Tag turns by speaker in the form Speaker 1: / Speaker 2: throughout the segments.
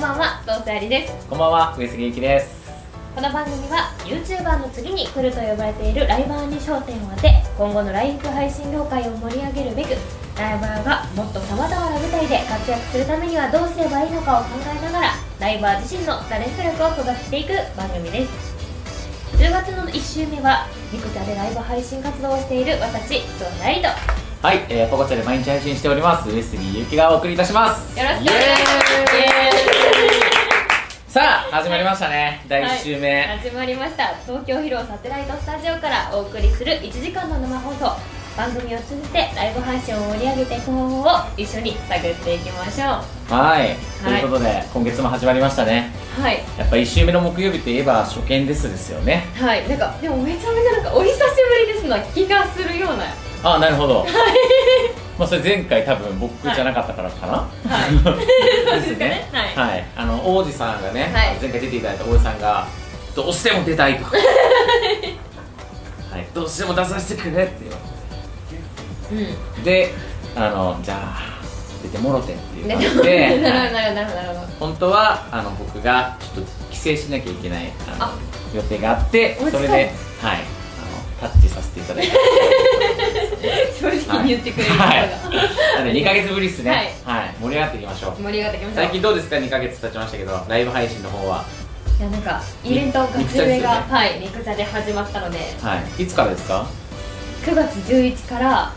Speaker 1: ばんは、どうせありです。
Speaker 2: こんばんは、上杉ゆきです。
Speaker 1: この番組は、YouTuber の次に来ると呼ばれているライバーに焦点を当て、今後のライブ配信業界を盛り上げるべく、ライバーがもっと様々な舞台で活躍するためにはどうすればいいのかを考えながら、ライバー自身の打力力を育てていく番組です。10月の1週目は、ミクチャでライブ配信活動をしている私、どうせありと、よ
Speaker 2: はい、えー、ポコチャで毎日配信しております。上杉ゆきがお送りいたします。
Speaker 1: ろしくお願いします。
Speaker 2: さあ、始まりましたね。第1週目。
Speaker 1: はい、始まりました東京披露サテライトスタジオからお送りする1時間の生放送番組を通じてライブ配信を盛り上げていく方法を一緒に探っていきましょう
Speaker 2: はい、と
Speaker 1: はい
Speaker 2: いうことで、今月も始まりましたね。
Speaker 1: はい
Speaker 2: やっぱ1週目の木曜日といえば初見ですですよね。
Speaker 1: はいなんかでもめちゃめちゃなんかお久しぶりですな気がするような
Speaker 2: ああ、なる ほど。まあ、それ前回多分僕じゃなかったからかな。
Speaker 1: はい
Speaker 2: ですね。
Speaker 1: はい
Speaker 2: はい、あの王子さんがね、
Speaker 1: はい
Speaker 2: 前回出ていただいた王子さんがどうしても出た いと。はい、どうしても出させてくれって言わ
Speaker 1: うん
Speaker 2: れてで、あのじゃあ出てもろてっていう
Speaker 1: な
Speaker 2: 感
Speaker 1: る
Speaker 2: じ
Speaker 1: ほど
Speaker 2: で、
Speaker 1: なるほ
Speaker 2: は
Speaker 1: どなるほ
Speaker 2: い
Speaker 1: どなるほどなるほ
Speaker 2: 本当はあの僕がちょっと帰省しなきゃいけないあの
Speaker 1: あ
Speaker 2: 予定があって、
Speaker 1: お疲れ
Speaker 2: それで、はい、あのタッチさせていただ いて。
Speaker 1: ど正直に言ってくれる人が、
Speaker 2: はい、なんで2ヶ月ぶりですね、
Speaker 1: はい
Speaker 2: はい、盛り上がっていきましょう
Speaker 1: 盛り上がってきました
Speaker 2: 最近どうですか2ヶ月経ちましたけどライブ配信の方は、
Speaker 1: いやなんかイベント活
Speaker 2: 肉茶ですよ
Speaker 1: 上
Speaker 2: ね
Speaker 1: が、はい肉茶で始まったので
Speaker 2: はい、いつからですか
Speaker 1: 9月11から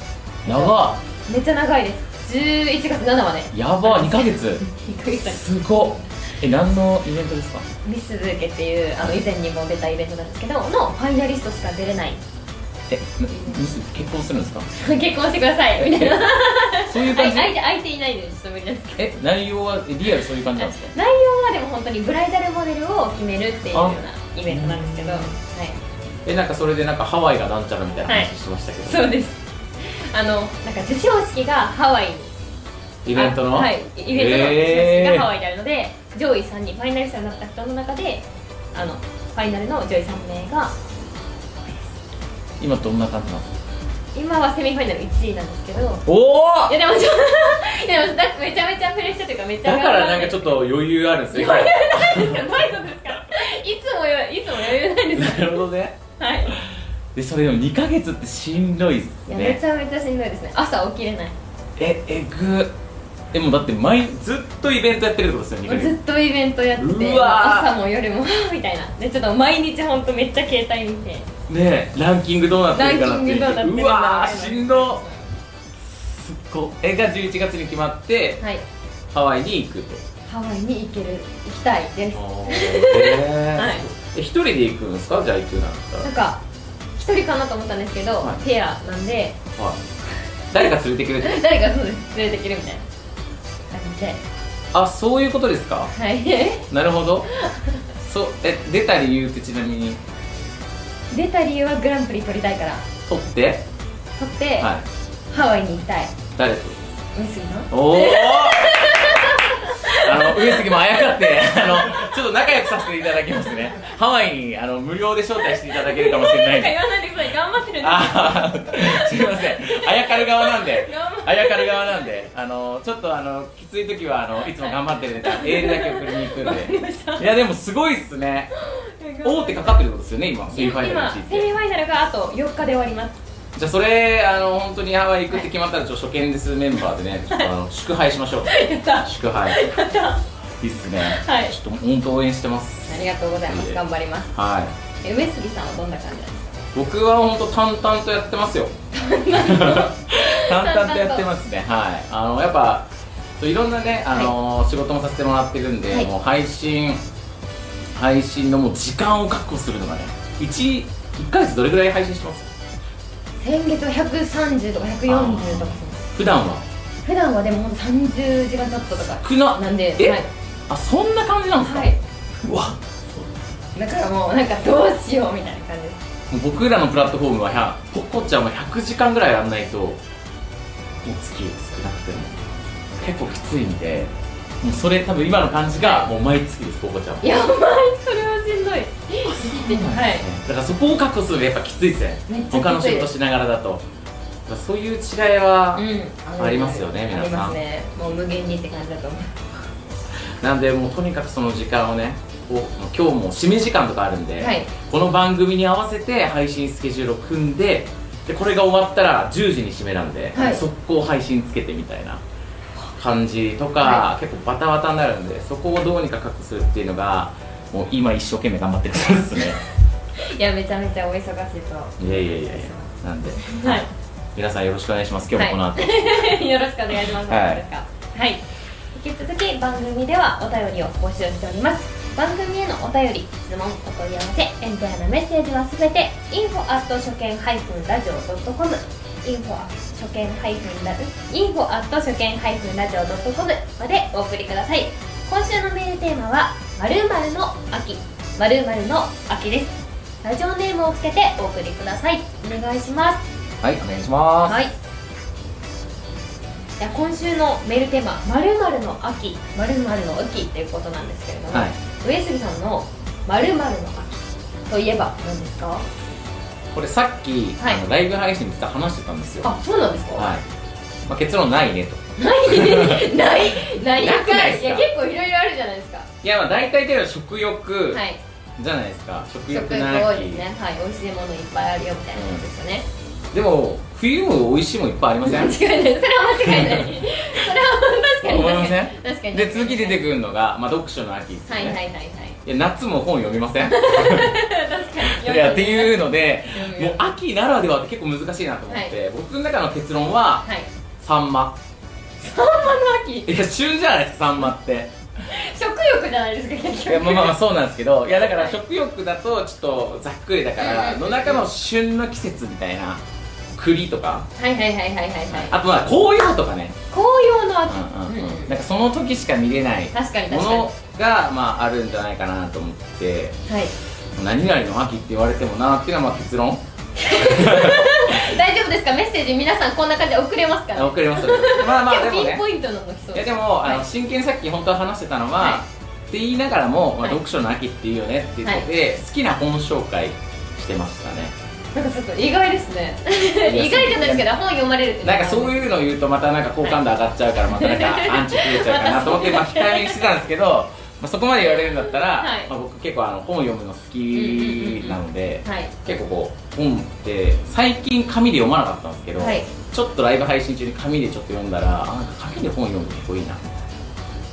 Speaker 2: やば
Speaker 1: めっちゃ長いです11月7まで
Speaker 2: やば2ヶ月
Speaker 1: 2ヶ月
Speaker 2: すごっえ何のイベントですか
Speaker 1: ミスズーケっていうあの以前にも出たイベントなんですけどのファイナリストしか出れない
Speaker 2: えなミス結婚するんですか
Speaker 1: 結婚してくださいみたいな
Speaker 2: そうい う
Speaker 1: 相
Speaker 2: 感じ
Speaker 1: 手相手いないのでちょっと無理なんですけ
Speaker 2: え内容はえリアルそういう感じ
Speaker 1: ど
Speaker 2: なんですか
Speaker 1: 内容はでも本当にブライダルモデルを決めるっていうようなイベントなんですけど
Speaker 2: あ
Speaker 1: はい
Speaker 2: えなんかそれでなんかハワイがなんちゃらみたいな話してましたけど、
Speaker 1: そうですあのなんか授賞式がハワイに
Speaker 2: イベントの、
Speaker 1: あはいイベントの
Speaker 2: え
Speaker 1: 写
Speaker 2: ー
Speaker 1: 真がハワイであるので、上位3人ファイナリストになった人の中であのファイナルの上位3名が
Speaker 2: 今どんな感じなんですか
Speaker 1: 今はセミファイナル1位なんですけどい
Speaker 2: おお
Speaker 1: やでもちょ いやでもだめちゃめちゃプレッシャーというかめちゃ
Speaker 2: だからなんかちょっと余裕あるんですね余
Speaker 1: 頑張らないとどういうことですかいつもよいつも余裕ないんです
Speaker 2: なるほどね
Speaker 1: はい
Speaker 2: でそれでも2ヶ月ってしんどいっす
Speaker 1: いやめ
Speaker 2: ね
Speaker 1: ちゃめちゃしんどいですね朝起きれない
Speaker 2: ええぐでもだって毎ずっとイベントやってるってことですよ
Speaker 1: も
Speaker 2: 2ヶ
Speaker 1: うず
Speaker 2: 月
Speaker 1: っとイベントやってて
Speaker 2: うわー
Speaker 1: 朝も夜も みたいなでちょっと毎日本当めっちゃ携帯見て
Speaker 2: ねえランキングどうなって
Speaker 1: ラン
Speaker 2: る
Speaker 1: キ
Speaker 2: かなっ
Speaker 1: ン
Speaker 2: てい
Speaker 1: グどうなってるんだろう
Speaker 2: うわー
Speaker 1: みたい
Speaker 2: し
Speaker 1: なん
Speaker 2: どすっごえが11月に決まって
Speaker 1: はい
Speaker 2: ハワイに行くと
Speaker 1: ハワイに行ける行きたいです
Speaker 2: え
Speaker 1: はい
Speaker 2: 一人で行くんですかじゃあ行くなんだ
Speaker 1: なんか一人かなと思ったんですけど、
Speaker 2: はい
Speaker 1: ペアなんで
Speaker 2: ったらはい誰か連れてくれて
Speaker 1: 誰かそうです連れてきるみたいな感じで
Speaker 2: あそういうことですか
Speaker 1: はい
Speaker 2: なるほどそうえ出た理由ってちなみに
Speaker 1: 出た理由はグランプリ取りたいから
Speaker 2: 取って
Speaker 1: 取って、
Speaker 2: はい
Speaker 1: ハワイに行きたい
Speaker 2: 誰と
Speaker 1: 上杉の
Speaker 2: おお あの上杉もあやかって あのちょっと仲良くさせていただきますねハワイにあの無料で招待していただけるかもしれな
Speaker 1: なん
Speaker 2: い
Speaker 1: んか言
Speaker 2: で
Speaker 1: わないでください頑張ってるんです
Speaker 2: あーすいませんあやかる側なんで
Speaker 1: 頑張って
Speaker 2: あやかる側なんであのちょっとあのきつい時はあのいつも頑張ってる ネタエールだけ送りに行くん
Speaker 1: わかりました
Speaker 2: でいやでもすごいっすね大手かかってるってことですよね今セミファイ
Speaker 1: 今
Speaker 2: ナル1
Speaker 1: セ
Speaker 2: 位っ
Speaker 1: ミファイナルがあと4日で終わります
Speaker 2: てじゃあそれあの本当にハワイ行くって決まったらちょっと初見ですメンバーでねちょっとあの祝杯しましょう
Speaker 1: やったや
Speaker 2: 祝杯
Speaker 1: った
Speaker 2: いいっすね。
Speaker 1: はい
Speaker 2: ちょっと本当応援してます。
Speaker 1: ありがとうございま
Speaker 2: いい
Speaker 1: す
Speaker 2: え
Speaker 1: 頑張ります
Speaker 2: はい。
Speaker 1: え上杉さんはどんな感じなんです
Speaker 2: 僕は本当淡々とやってますよ。淡々とやってますね。はい。あのやっぱそういろんなねあの、仕事もさせてもらってるんで、
Speaker 1: はい
Speaker 2: もう配信配信のもう時間を確保するのがね一一ヶ月どれぐらい配信してます？
Speaker 1: か先月は130とか140とかそうです
Speaker 2: 普段は
Speaker 1: 普段はでもほんと30時間ちょっととか
Speaker 2: 少な
Speaker 1: なんで
Speaker 2: え、
Speaker 1: はい
Speaker 2: あそんな感じなんですか？
Speaker 1: はいう
Speaker 2: わ。
Speaker 1: だからもうなんかどうしようみたいな感じです
Speaker 2: もう僕らのプラットフォームは100ポッコちゃんは100時間ぐらいやんないともう月少なくても結構きついんでもうそれ多分今の感じがもう毎月ですポッコちゃんは
Speaker 1: やばいそれはしんどいはい
Speaker 2: だからそこを確保するのやっぱきついですね
Speaker 1: めっちゃきつい
Speaker 2: 他の仕事しながらだとだからそういう違いは、
Speaker 1: うん
Speaker 2: ありますよね皆さ
Speaker 1: ありま
Speaker 2: ん
Speaker 1: すねもう無限にって感じだと思う
Speaker 2: なんでもうとにかくその時間をねお今日も締め時間とかあるんで、
Speaker 1: はい
Speaker 2: この番組に合わせて配信スケジュールを組んででこれが終わったら10時に締めなんで、
Speaker 1: はい
Speaker 2: 速攻配信つけてみたいな感じとか、
Speaker 1: は
Speaker 2: 結構バタバタになるんでそこをどうにか確保するっていうのがもう今一生懸命頑張ってるそう ですね
Speaker 1: いやめちゃめちゃお忙しいと
Speaker 2: いやいやいやいやなんで
Speaker 1: はい
Speaker 2: 皆さんよろしくお願いします今日もこの後、
Speaker 1: よろしくお願いします。
Speaker 2: は
Speaker 1: よろ
Speaker 2: い
Speaker 1: しくはい。引き続き番組ではお便りを募集しております。番組へのお便り、質問、お問い合わせ、エンタやのメッセージはすべて info 初見ハイフンラジオドットコム。info 初見ハイフンラ info 初見ハイフンラジオドットコムまでお送りください。今週のメールテーマはまるまるの秋、まるまるの秋です。ラジオネームをつけてお送りください。お願いします。
Speaker 2: はいお願いします、
Speaker 1: はい。じゃあ今週のメールテーマ「まるまるの秋まるまるの秋」ということなんですけれども、
Speaker 2: はい
Speaker 1: 上杉さんのまるまるの秋といえば何ですか？
Speaker 2: これさっき、
Speaker 1: はい
Speaker 2: あのライブ配信で実は話してたんですよ
Speaker 1: あ、そうなんですか？
Speaker 2: はいまあ、結論ないねと
Speaker 1: ないないない
Speaker 2: なくないですか
Speaker 1: いや結構いろいろあるじゃないですか。
Speaker 2: いやまあ大体では食欲
Speaker 1: はい。
Speaker 2: じゃないですか、食
Speaker 1: 食欲
Speaker 2: 欲
Speaker 1: 多
Speaker 2: ないい
Speaker 1: ですね。はい。美味しいものいっぱいあるよみたいなことですよね。
Speaker 2: でも冬も美味しいもんいっぱいありませ
Speaker 1: 間
Speaker 2: ん
Speaker 1: 違い ない。それは間違いない。それは確
Speaker 2: 思い
Speaker 1: か
Speaker 2: ま
Speaker 1: に確か
Speaker 2: せ
Speaker 1: に
Speaker 2: ん
Speaker 1: 確かに。
Speaker 2: で次出てくるのが、まあ、読書の秋ですよ
Speaker 1: は
Speaker 2: ね、
Speaker 1: いはいはいはい。
Speaker 2: いや夏も本読み ませんい
Speaker 1: 確かに。
Speaker 2: やっていうので
Speaker 1: うん
Speaker 2: もう秋ならではって結構難しいなと思って、僕の中の結論は
Speaker 1: はい。
Speaker 2: サンマ
Speaker 1: あの秋。
Speaker 2: いや旬じゃないですかサンマって
Speaker 1: 食欲じゃないですか結
Speaker 2: いや
Speaker 1: 局
Speaker 2: まあまあまあそうなんですけどいやだから
Speaker 1: はい
Speaker 2: 食欲だとちょっとざっくりだか
Speaker 1: う
Speaker 2: ら
Speaker 1: ん
Speaker 2: の中の旬の季節みたいな栗とか
Speaker 1: はいはいはいはいはいはい
Speaker 2: あとまあ紅葉とかね
Speaker 1: 紅葉の秋
Speaker 2: うんうんうん
Speaker 1: うん
Speaker 2: なんかその時しか見れない
Speaker 1: 確かに
Speaker 2: も
Speaker 1: 確かに
Speaker 2: のが、まあ、あるんじゃないかなと思って
Speaker 1: はい
Speaker 2: 何々の秋って言われてもなっていうのはまあ結論
Speaker 1: 大丈夫ですかメッセージ皆さんこんな感じで送れますから
Speaker 2: 送れますよまあまあで
Speaker 1: 今日 ピ
Speaker 2: も
Speaker 1: ン
Speaker 2: ね
Speaker 1: ポイントなの来そう
Speaker 2: い
Speaker 1: で
Speaker 2: や
Speaker 1: す
Speaker 2: でも、あ
Speaker 1: は
Speaker 2: の
Speaker 1: い
Speaker 2: 真剣にさっき本当は話してたのは、
Speaker 1: はい
Speaker 2: って言いながらも、まあ
Speaker 1: はい
Speaker 2: 読書の秋っていうよねって言って、好きな本紹介してましたね
Speaker 1: なんかちょっと意外ですね
Speaker 2: いや
Speaker 1: 意外じゃないですけど本読まれるって
Speaker 2: なんかそう
Speaker 1: う
Speaker 2: いうのを言うとまたなんか好感度上がっちゃうからまたなんかアンチ増えちゃうかなと思って、まあ、控えめにしてたんですけど、まあ、そこまで言われるんだったら、
Speaker 1: はい
Speaker 2: まあ、僕結構あの本読むの好きなので、
Speaker 1: はい
Speaker 2: 結構こう本って最近紙で読まなかったんですけど、
Speaker 1: はい
Speaker 2: ちょっとライブ配信中に紙でちょっと読んだらあなんか紙で本読むの結構いいなみ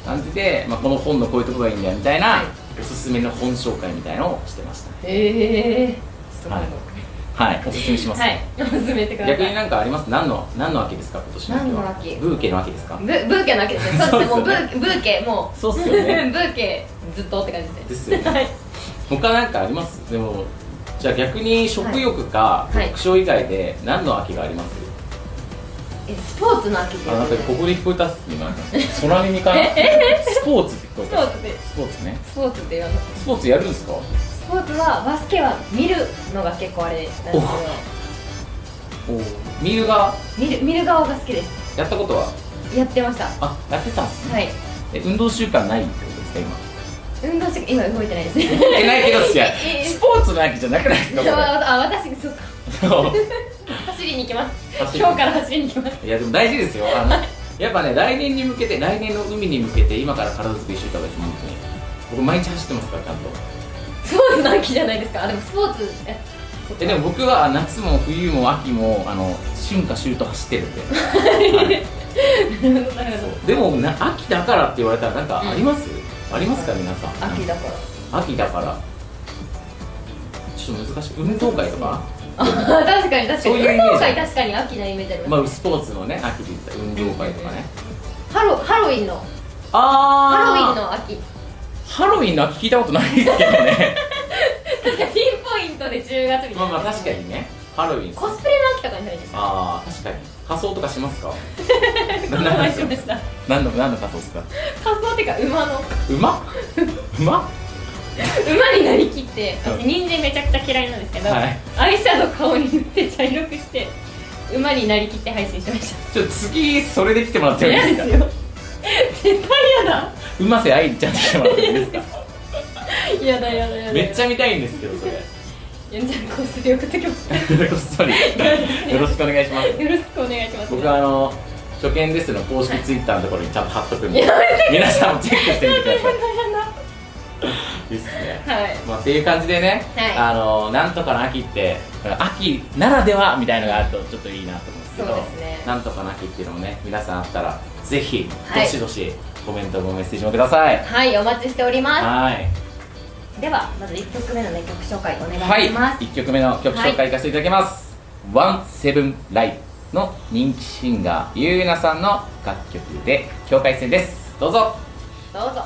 Speaker 2: たいな感じで、まあ、この本のこういうとこがいいんだよみたいな、
Speaker 1: はい
Speaker 2: おすすめの本紹介みたいのをしてましたね
Speaker 1: ええちょっと
Speaker 2: はい
Speaker 1: 今度
Speaker 2: はいおすすめします、
Speaker 1: はい進めてください
Speaker 2: 逆になんかあります何の何の秋ですか今年の秋は
Speaker 1: 何の秋
Speaker 2: ブーケの秋ですか
Speaker 1: ブブーケなわけですねそうですねもうブーブーケもう
Speaker 2: そうっすよ ね
Speaker 1: ブーケずっとって感じ
Speaker 2: で
Speaker 1: です
Speaker 2: すよ ね
Speaker 1: はい
Speaker 2: 他なんかありますでもじゃあ逆に食欲か
Speaker 1: はい
Speaker 2: 読書以外で何の秋があります、
Speaker 1: えスポーツの秋って
Speaker 2: あなんかここで 聞こえたっす今空耳かなスポーツって聞こ
Speaker 1: ス
Speaker 2: えた
Speaker 1: ポーツで
Speaker 2: スポーツね
Speaker 1: スポーツって言わない
Speaker 2: スポーツやるんですか
Speaker 1: スポーツはバスケは見るのが結構あれなんですけど
Speaker 2: おミルが
Speaker 1: 見る見る側が好きです
Speaker 2: やったことは
Speaker 1: やってました
Speaker 2: あやってたんですね
Speaker 1: はい
Speaker 2: え運動習慣ないってことですか今
Speaker 1: 運動して今動いてないですね
Speaker 2: いけないけどっすや
Speaker 1: ええ
Speaker 2: スポーツの秋じゃなくないですかこ
Speaker 1: あ私そうか
Speaker 2: れ そう
Speaker 1: 走りに行きます
Speaker 2: 走り
Speaker 1: 今日から走りに行きます
Speaker 2: いやでも大事ですよ あのやっぱね来年に向けて来年の海に向けて今から体作りしてた方がいいです本当に僕毎日走ってますからちゃんと
Speaker 1: スポーツの秋じゃないですかあでもスポーツえそっか
Speaker 2: えでも僕は夏も冬も秋もあの春夏秋冬走ってる んで、はい
Speaker 1: なるほどなるほ
Speaker 2: でもな秋だからって言われたらなんかあります、ありますか皆さ
Speaker 1: ど
Speaker 2: ん
Speaker 1: 秋だから
Speaker 2: 秋だからちょっと難しい運動会とか
Speaker 1: あ 確かに確か
Speaker 2: そう
Speaker 1: に
Speaker 2: いうイメー
Speaker 1: 運動
Speaker 2: ジ
Speaker 1: 会確かに秋なイメージあります
Speaker 2: まあスポーツのね秋で言ったら運動会とかね
Speaker 1: ハロハロウィンの
Speaker 2: あ
Speaker 1: ハ
Speaker 2: ー
Speaker 1: ロウィンの 秋
Speaker 2: ハロウィンの秋聞いたことないですけど ね
Speaker 1: 確かにピンポイントで10月みた
Speaker 2: まあ
Speaker 1: いな
Speaker 2: まあ確かにねハロウィン
Speaker 1: コスプレの秋とかにないですか
Speaker 2: ああ確かに仮装とかしま すか
Speaker 1: ごめん なさいました
Speaker 2: 何の何の仮装ですか
Speaker 1: 仮装っていうか馬の
Speaker 2: 馬馬
Speaker 1: 馬になりきって私
Speaker 2: うん
Speaker 1: 人参めちゃくちゃ嫌いなんですけど、
Speaker 2: はい
Speaker 1: アイシャドウ顔に塗って茶色くして馬になりきって配信しまし
Speaker 2: ちょっと次それで来てもらって
Speaker 1: た
Speaker 2: もいい
Speaker 1: 嫌
Speaker 2: で
Speaker 1: です
Speaker 2: すか
Speaker 1: よ絶対嫌だ
Speaker 2: 馬瀬愛理ちゃんで来てもらってもいいですか
Speaker 1: 嫌だ嫌だ嫌だ
Speaker 2: めっち
Speaker 1: ゃ
Speaker 2: ゃ見たいんですけどそれ
Speaker 1: じゃあコースで送ってきます
Speaker 2: こっそりよろしくお願いします
Speaker 1: よろしくお願いします
Speaker 2: 僕はあの初見ですの公式ツイッターのところにちゃんと貼っとくんで、皆さんもチェックしてみてください。いいっすね。
Speaker 1: はい
Speaker 2: まあ、っていう感じでね、
Speaker 1: はい
Speaker 2: あのなんとかの秋って秋ならではみたいのがあるとちょっといいなと思うんですけど
Speaker 1: そうですね
Speaker 2: なんとかの秋っていうのもね皆さんあったらぜひ
Speaker 1: はい
Speaker 2: どしどしコメントもメッセージもください
Speaker 1: はいお待ちしておりま
Speaker 2: はい
Speaker 1: すではまず1曲目の、ね、曲紹介お願
Speaker 2: はい
Speaker 1: いします、
Speaker 2: 1曲目の曲紹介いかせていただきます「ONE SEVEN LIVE」の人気シンガーゆうなさんの楽曲で境界線ですどうぞ
Speaker 1: どうぞ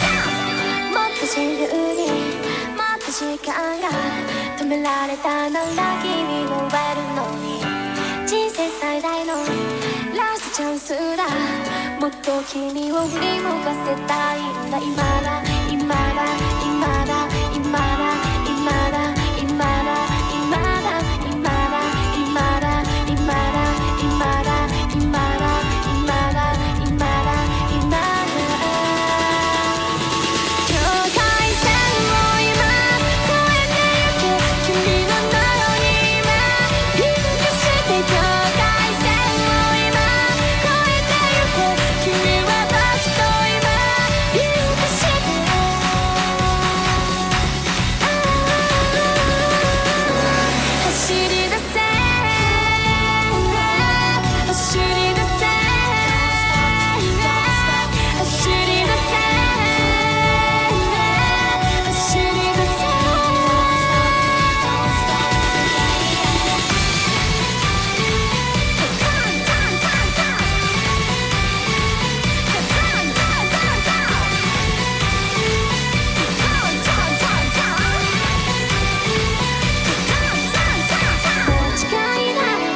Speaker 3: 自由にもっと時間が止められたなら君も終えるのに人生最大のラストチャンスだもっと君を振り向かせたいんだ今だ今だ今だ今だ今だ今だ今だ今だ今だ今だ今だ今だ今だ今だ今だ境界線を今越えてゆけ君の名を呼ぶ今引き出して境界線を今越えてゆけ君は僕と今引き出して走り出せ走り出せ走り出せ走り出せ「間違いない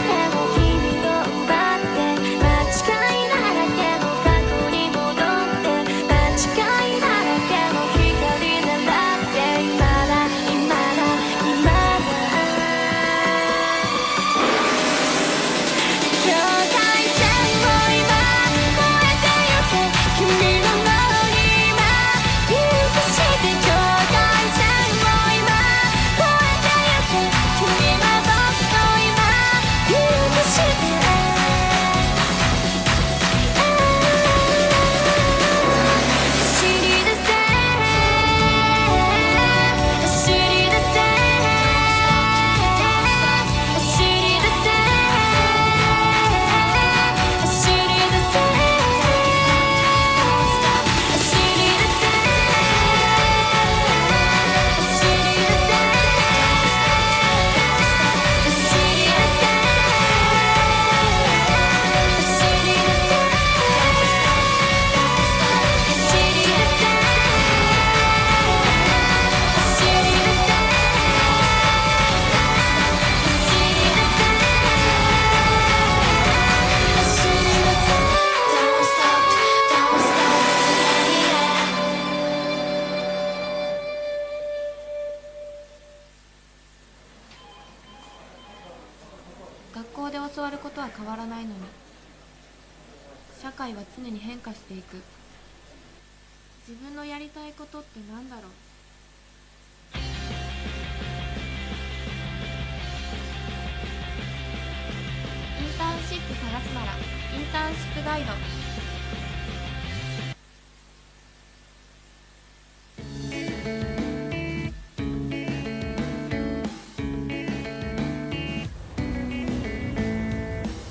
Speaker 3: でも君を奪って」「間違いないでも過去に戻って」「間違いないでも光ならって」「今だ今だ今だ」境界線を今越えてゆけ君の名を今引き出して境界線を今越えてゆけ君は僕と今引き出して境界線を今越えてゆけ君は僕と今引き出して走り出せ走り出せ走り出せ走り出せ走り出せ走り出せ走り出せ走り出せ走り出せ走り出せ走り出せ Don't stop Don't stop
Speaker 4: 学校で教わることは変わらないのに社会は常に変化していく自分のやりたいことって何だろうインターンシップ探すならインターンシップガイド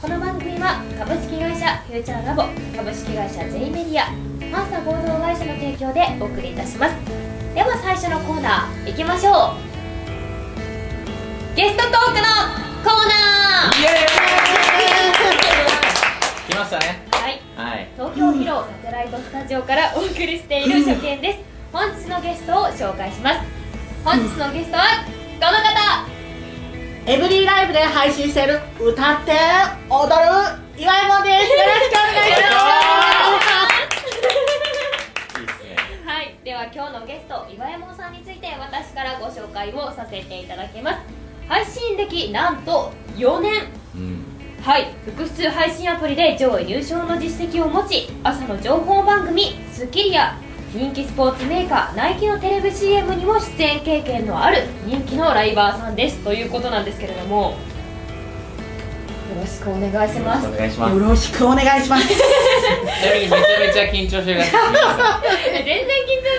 Speaker 1: この番組は株式会社フューチャーラボ株式会社 J メディアマーサ合同会社の提供でお送りいたしますでは最初のコーナーいきましょうゲストトークのコーナ
Speaker 2: イエ
Speaker 1: ー
Speaker 2: ーイ来ましたね
Speaker 1: はい
Speaker 2: はい
Speaker 1: 東京披露サテライトスタジオからお送りしている初見です本日のゲストを紹介します本日のゲストはこの方
Speaker 5: エブリーライブで配信している歌って踊る岩井もんですよろしくお願いし
Speaker 2: よろしくお願いし
Speaker 5: ま
Speaker 2: いいっすね
Speaker 1: はい、ではは今日のゲスト岩右衛門さんについて私からご紹介をさせていただきます配信歴なんと4年
Speaker 2: うん
Speaker 1: はい複数配信アプリで上位入賞の実績を持ち朝の情報番組『スッキリ』や人気スポーツメーカーナイキのテレビ CM にも出演経験のある人気のライバーさんですということなんですけれどもよろしくお願いします
Speaker 2: お願いします
Speaker 5: よろしくお願いします。
Speaker 2: ちなみにめちゃめちゃ緊張してるらし
Speaker 1: 全然緊張し
Speaker 2: い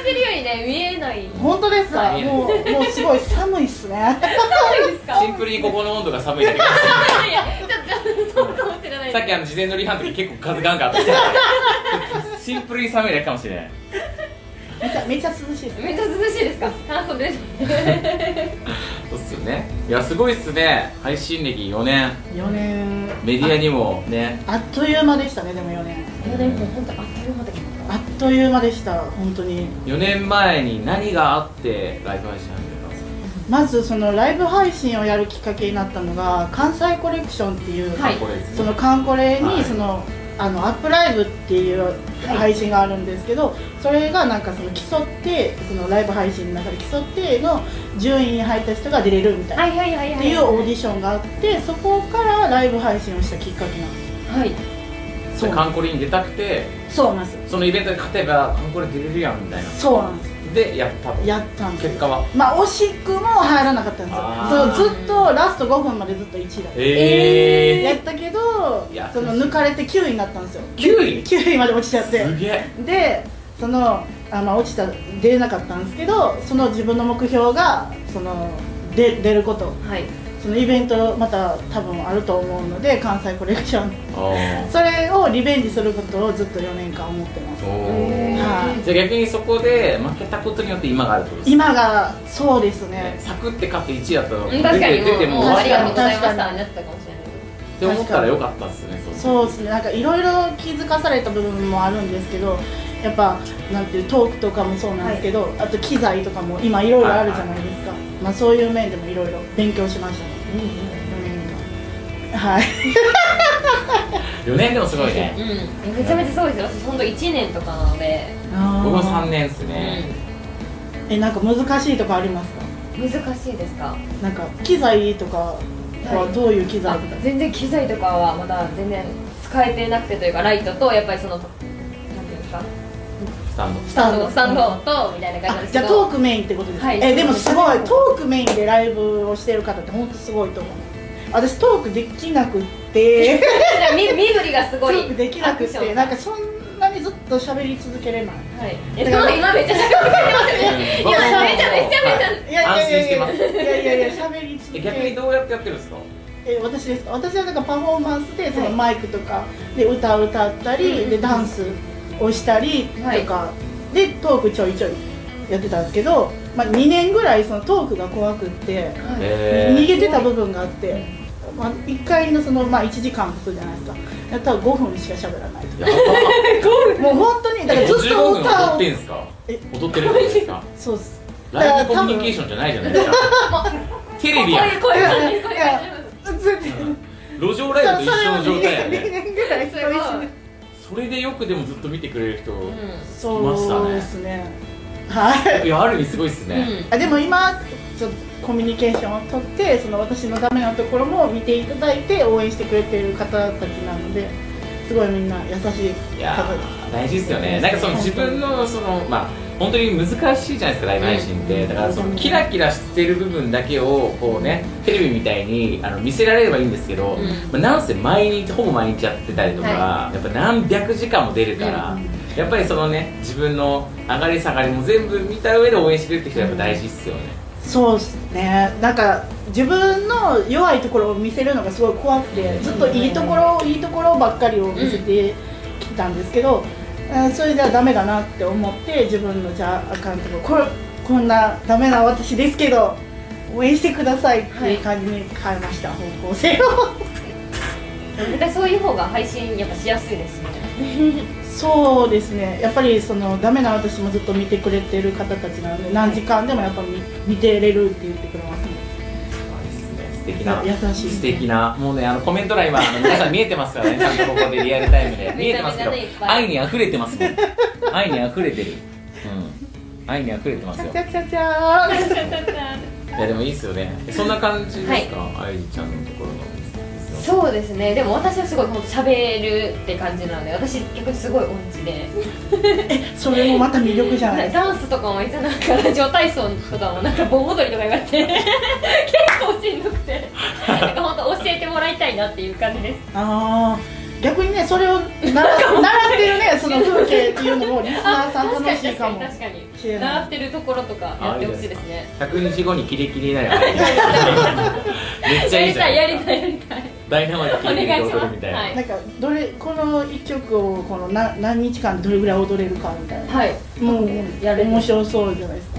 Speaker 1: てるようにね見えない
Speaker 5: 本当ですか。
Speaker 2: はい
Speaker 5: もう、もうすごい寒いっすね。
Speaker 1: そうですか
Speaker 2: シンプルにここの温度が寒いだけかもしれない
Speaker 1: いやちょっとそうかもしれない
Speaker 2: さっきあの事前のリハの時結構風ガンガン当たってたシンプルに寒いだけかもしれない
Speaker 5: めちゃ、めちゃ涼しいです。
Speaker 1: めっちゃ涼しい ですか半袖です
Speaker 2: そうっすよねいやすごいっすね配信歴4年
Speaker 5: 4年。
Speaker 2: メディアにもね
Speaker 5: あっという間でしたね、でも4年。
Speaker 1: 4年も本当あっという間で
Speaker 5: あっという間でした、本当に。
Speaker 2: 4年前に何があってライブ配信始めたんですか
Speaker 5: まず、そのライブ配信をやるきっかけになったのが、関西コレクションっていう。
Speaker 1: はい
Speaker 2: これです
Speaker 5: そ
Speaker 2: ね
Speaker 5: のカンコレ
Speaker 2: はい
Speaker 5: にその、あのアップライブっていう配信があるんですけど、それがなんかその競ってそのライブ配信の中で競っての順位に入った人が出れるみたいな、
Speaker 1: はいはいはいはい
Speaker 5: っていうオーディションがあってそこからライブ配信をしたきっかけなんで
Speaker 1: はい
Speaker 2: そ
Speaker 5: すそううな
Speaker 2: カ
Speaker 5: ん
Speaker 2: ンコレに出たくて
Speaker 5: ですそうなんです
Speaker 2: そのイベントで勝てばカンコレ出れるやんみたいな
Speaker 5: そうなんです
Speaker 2: でやったと
Speaker 5: やったんです
Speaker 2: 結果は
Speaker 5: まあ惜しくも入らなかったん
Speaker 2: あー
Speaker 5: ですよそうずっとラスト5分までずっと1位だった
Speaker 2: え
Speaker 5: やっ
Speaker 2: え
Speaker 5: たけど
Speaker 2: いや
Speaker 5: その抜かれて9位になったんですよ
Speaker 2: ー、9位
Speaker 5: 9位まで落ちちゃって
Speaker 2: すげえ
Speaker 5: でそのあの落ちた出れなかったんですけどその自分の目標がそので出ること
Speaker 1: はい
Speaker 5: そのイベントまた多分あると思うので関西コレクション
Speaker 2: おー
Speaker 5: それをリベンジすることをずっと4年間思ってます
Speaker 2: おー
Speaker 5: は
Speaker 2: じゃあ逆にそこで負けたことによって今があるってことですか
Speaker 5: 今がそうです
Speaker 2: ね
Speaker 5: ね
Speaker 2: サクって勝って1位だったの
Speaker 1: 確かに
Speaker 2: 出て出てもう
Speaker 1: もうあり
Speaker 2: 終わ
Speaker 1: が
Speaker 2: り
Speaker 1: とう
Speaker 2: っ
Speaker 1: ご
Speaker 2: た
Speaker 1: ざいまし
Speaker 5: 確か
Speaker 1: た
Speaker 5: に
Speaker 1: になったかもしれない
Speaker 2: って思ったらよかったっすねう
Speaker 5: そうですねなんかいろいろ気づかされた部分もあるんですけどやっぱなんていうトークとかもそうなんですけど、あと機材とかも今いろいろあるじゃないですか、まあ、そういう面でもいろいろ勉強しましたね4年間はい
Speaker 2: 4年でもすごいね
Speaker 1: うん、めちゃめちゃそうですよ私本当1年とかなので、
Speaker 2: 僕も3年っすね
Speaker 5: えなんか難しいとかありますか
Speaker 1: うん、難しいですか
Speaker 5: なんか機材とかはどういう機材
Speaker 1: あ
Speaker 5: とか、
Speaker 1: 全然機材とかはまだ全然使えてなくてというかライトとやっぱりそのなんていうんですか
Speaker 2: スタンド
Speaker 5: ス
Speaker 1: スタンドスタンドとみたいな感じなん
Speaker 5: あ
Speaker 1: ですけ
Speaker 5: じゃあ
Speaker 1: ど
Speaker 5: トークメインってことですか、
Speaker 1: はい
Speaker 5: えでもすごい
Speaker 1: そうです
Speaker 5: トークメインでライブをしてる方って本当すごいと思う私トークできなくって
Speaker 1: じゃあ身身振りがす
Speaker 5: ト
Speaker 1: ごい
Speaker 5: ークできなく
Speaker 1: アクショ
Speaker 5: て
Speaker 1: ン
Speaker 5: なんかそんなにずっと喋り続けれない
Speaker 1: はいえそう今めっちゃ喋ってますよね
Speaker 2: い
Speaker 1: いやめちゃめちゃめちゃ
Speaker 5: いやいやいやい
Speaker 2: 安心
Speaker 5: や
Speaker 2: して
Speaker 5: いやいやいや喋り続け
Speaker 2: 逆にどうやってやってるんですか
Speaker 5: え私ですか私はなんかパフォーマンスでその
Speaker 1: はい
Speaker 5: マイクとかで歌を歌ったり、
Speaker 1: うんうん
Speaker 5: でダンスをしたりとか、
Speaker 1: はい
Speaker 5: でトークちょいちょいやってたんですけど、まあ、2年ぐらいそのトークが怖くって、逃
Speaker 2: え
Speaker 5: げてた部分があって、まあ、1回のその、まあ、1時間もそうじゃないですかやったら5分しか喋らないと
Speaker 2: ー、やば
Speaker 5: かもう本当にだからずっと
Speaker 2: 55分踊
Speaker 5: 歌
Speaker 2: っ
Speaker 5: を
Speaker 2: てんすか
Speaker 5: え
Speaker 2: 踊ってるんですか
Speaker 5: そうっす
Speaker 2: ライブコミュニケーションじゃないじゃないですかテレビやん
Speaker 1: こういう感じ
Speaker 5: いやずっと
Speaker 2: 路上ライブと一緒の状態や
Speaker 5: 2
Speaker 2: ね
Speaker 5: 年ぐらい
Speaker 1: すごい
Speaker 2: それでよくでもずっと見てくれる人、
Speaker 5: そうですねはい
Speaker 2: いやある意味すごいっすね、
Speaker 5: あでも今ちょっとコミュニケーションを取ってその私のダメなところも見ていただいて応援してくれている方たちなのですごいみんな優しい
Speaker 2: いや
Speaker 5: 方
Speaker 2: ー大事ですよねなんかその自分のそのまあ本当に難しいじゃないですかライブ配信ってだからそのキラキラしてる部分だけをこうねテレビみたいにあの見せられればいいんですけど、
Speaker 1: うん
Speaker 2: まあ、なんせ毎日ほぼ毎日やってたりとか、
Speaker 1: は
Speaker 2: やっぱ何百時間も出るから、
Speaker 5: うん
Speaker 2: やっぱりそのね自分の上がり下がりも全部見た上で応援してくれるって人はやっぱ大事っすよね、
Speaker 5: そうですねなんか自分の弱いところを見せるのがすごい怖くてずっといいところいいところばっかりを見せてきたんですけど、あーそれじゃダメだなって思って自分のじゃああかんところこれこんなダメな私ですけど応援してくださいっていう感じに変えました、方向性を。
Speaker 1: 絶対そういう方が配信やっぱしやすいですね
Speaker 5: そうですねやっぱりそのダメな私もずっと見てくれてる方たちなので何時間でもやっぱ見見てれるって言ってくれますね
Speaker 2: 素敵な
Speaker 5: 優しい
Speaker 2: 素敵なもうねあのコメント欄今あの皆さん見えてますからねちゃんとここでリアルタイムで見えてますけど
Speaker 1: めちゃめちゃねいっぱい
Speaker 2: 愛に溢れてますもん愛に溢れてる愛にあふれてます
Speaker 5: チャ
Speaker 2: よ
Speaker 5: チャチャチャー
Speaker 2: いやでもいいですよねそんな感じですか、愛理ちゃんのところの
Speaker 1: そうですねでも私はすごい本当喋るって感じなので私逆にすごい音痴で、
Speaker 5: それもまた魅力じゃないですか
Speaker 1: ダンスとかもいつなんかラジオ体操とかもなんか盆踊りとか言われ て結構しんどくてなんか本当教えてもらいたいなっていう感じです
Speaker 5: あー逆にねそれを習 習ってるね その風景っていうのもリスナーさん
Speaker 1: 確か
Speaker 5: 楽
Speaker 1: に
Speaker 5: しい
Speaker 1: 確
Speaker 5: か
Speaker 1: か
Speaker 5: も
Speaker 1: に確かに
Speaker 5: しれ
Speaker 1: 習
Speaker 5: な
Speaker 1: ってるところとかやってほしいですね
Speaker 2: 100日後にキレキレになる愛理ちゃんめっち
Speaker 1: や
Speaker 2: ゃいい
Speaker 1: りたやり
Speaker 2: じゃないいですか
Speaker 1: たいやりたい
Speaker 2: ダイナマイトキレキレ
Speaker 1: お
Speaker 2: で
Speaker 1: 願いし
Speaker 2: 踊
Speaker 1: ま
Speaker 2: る
Speaker 1: す
Speaker 2: みたい
Speaker 1: はい
Speaker 2: な
Speaker 5: なんかどれこの一曲をこのな何日間どれぐらい踊れるかみたいな、
Speaker 1: はい
Speaker 5: もう
Speaker 1: やる
Speaker 5: 面白そうじゃないですか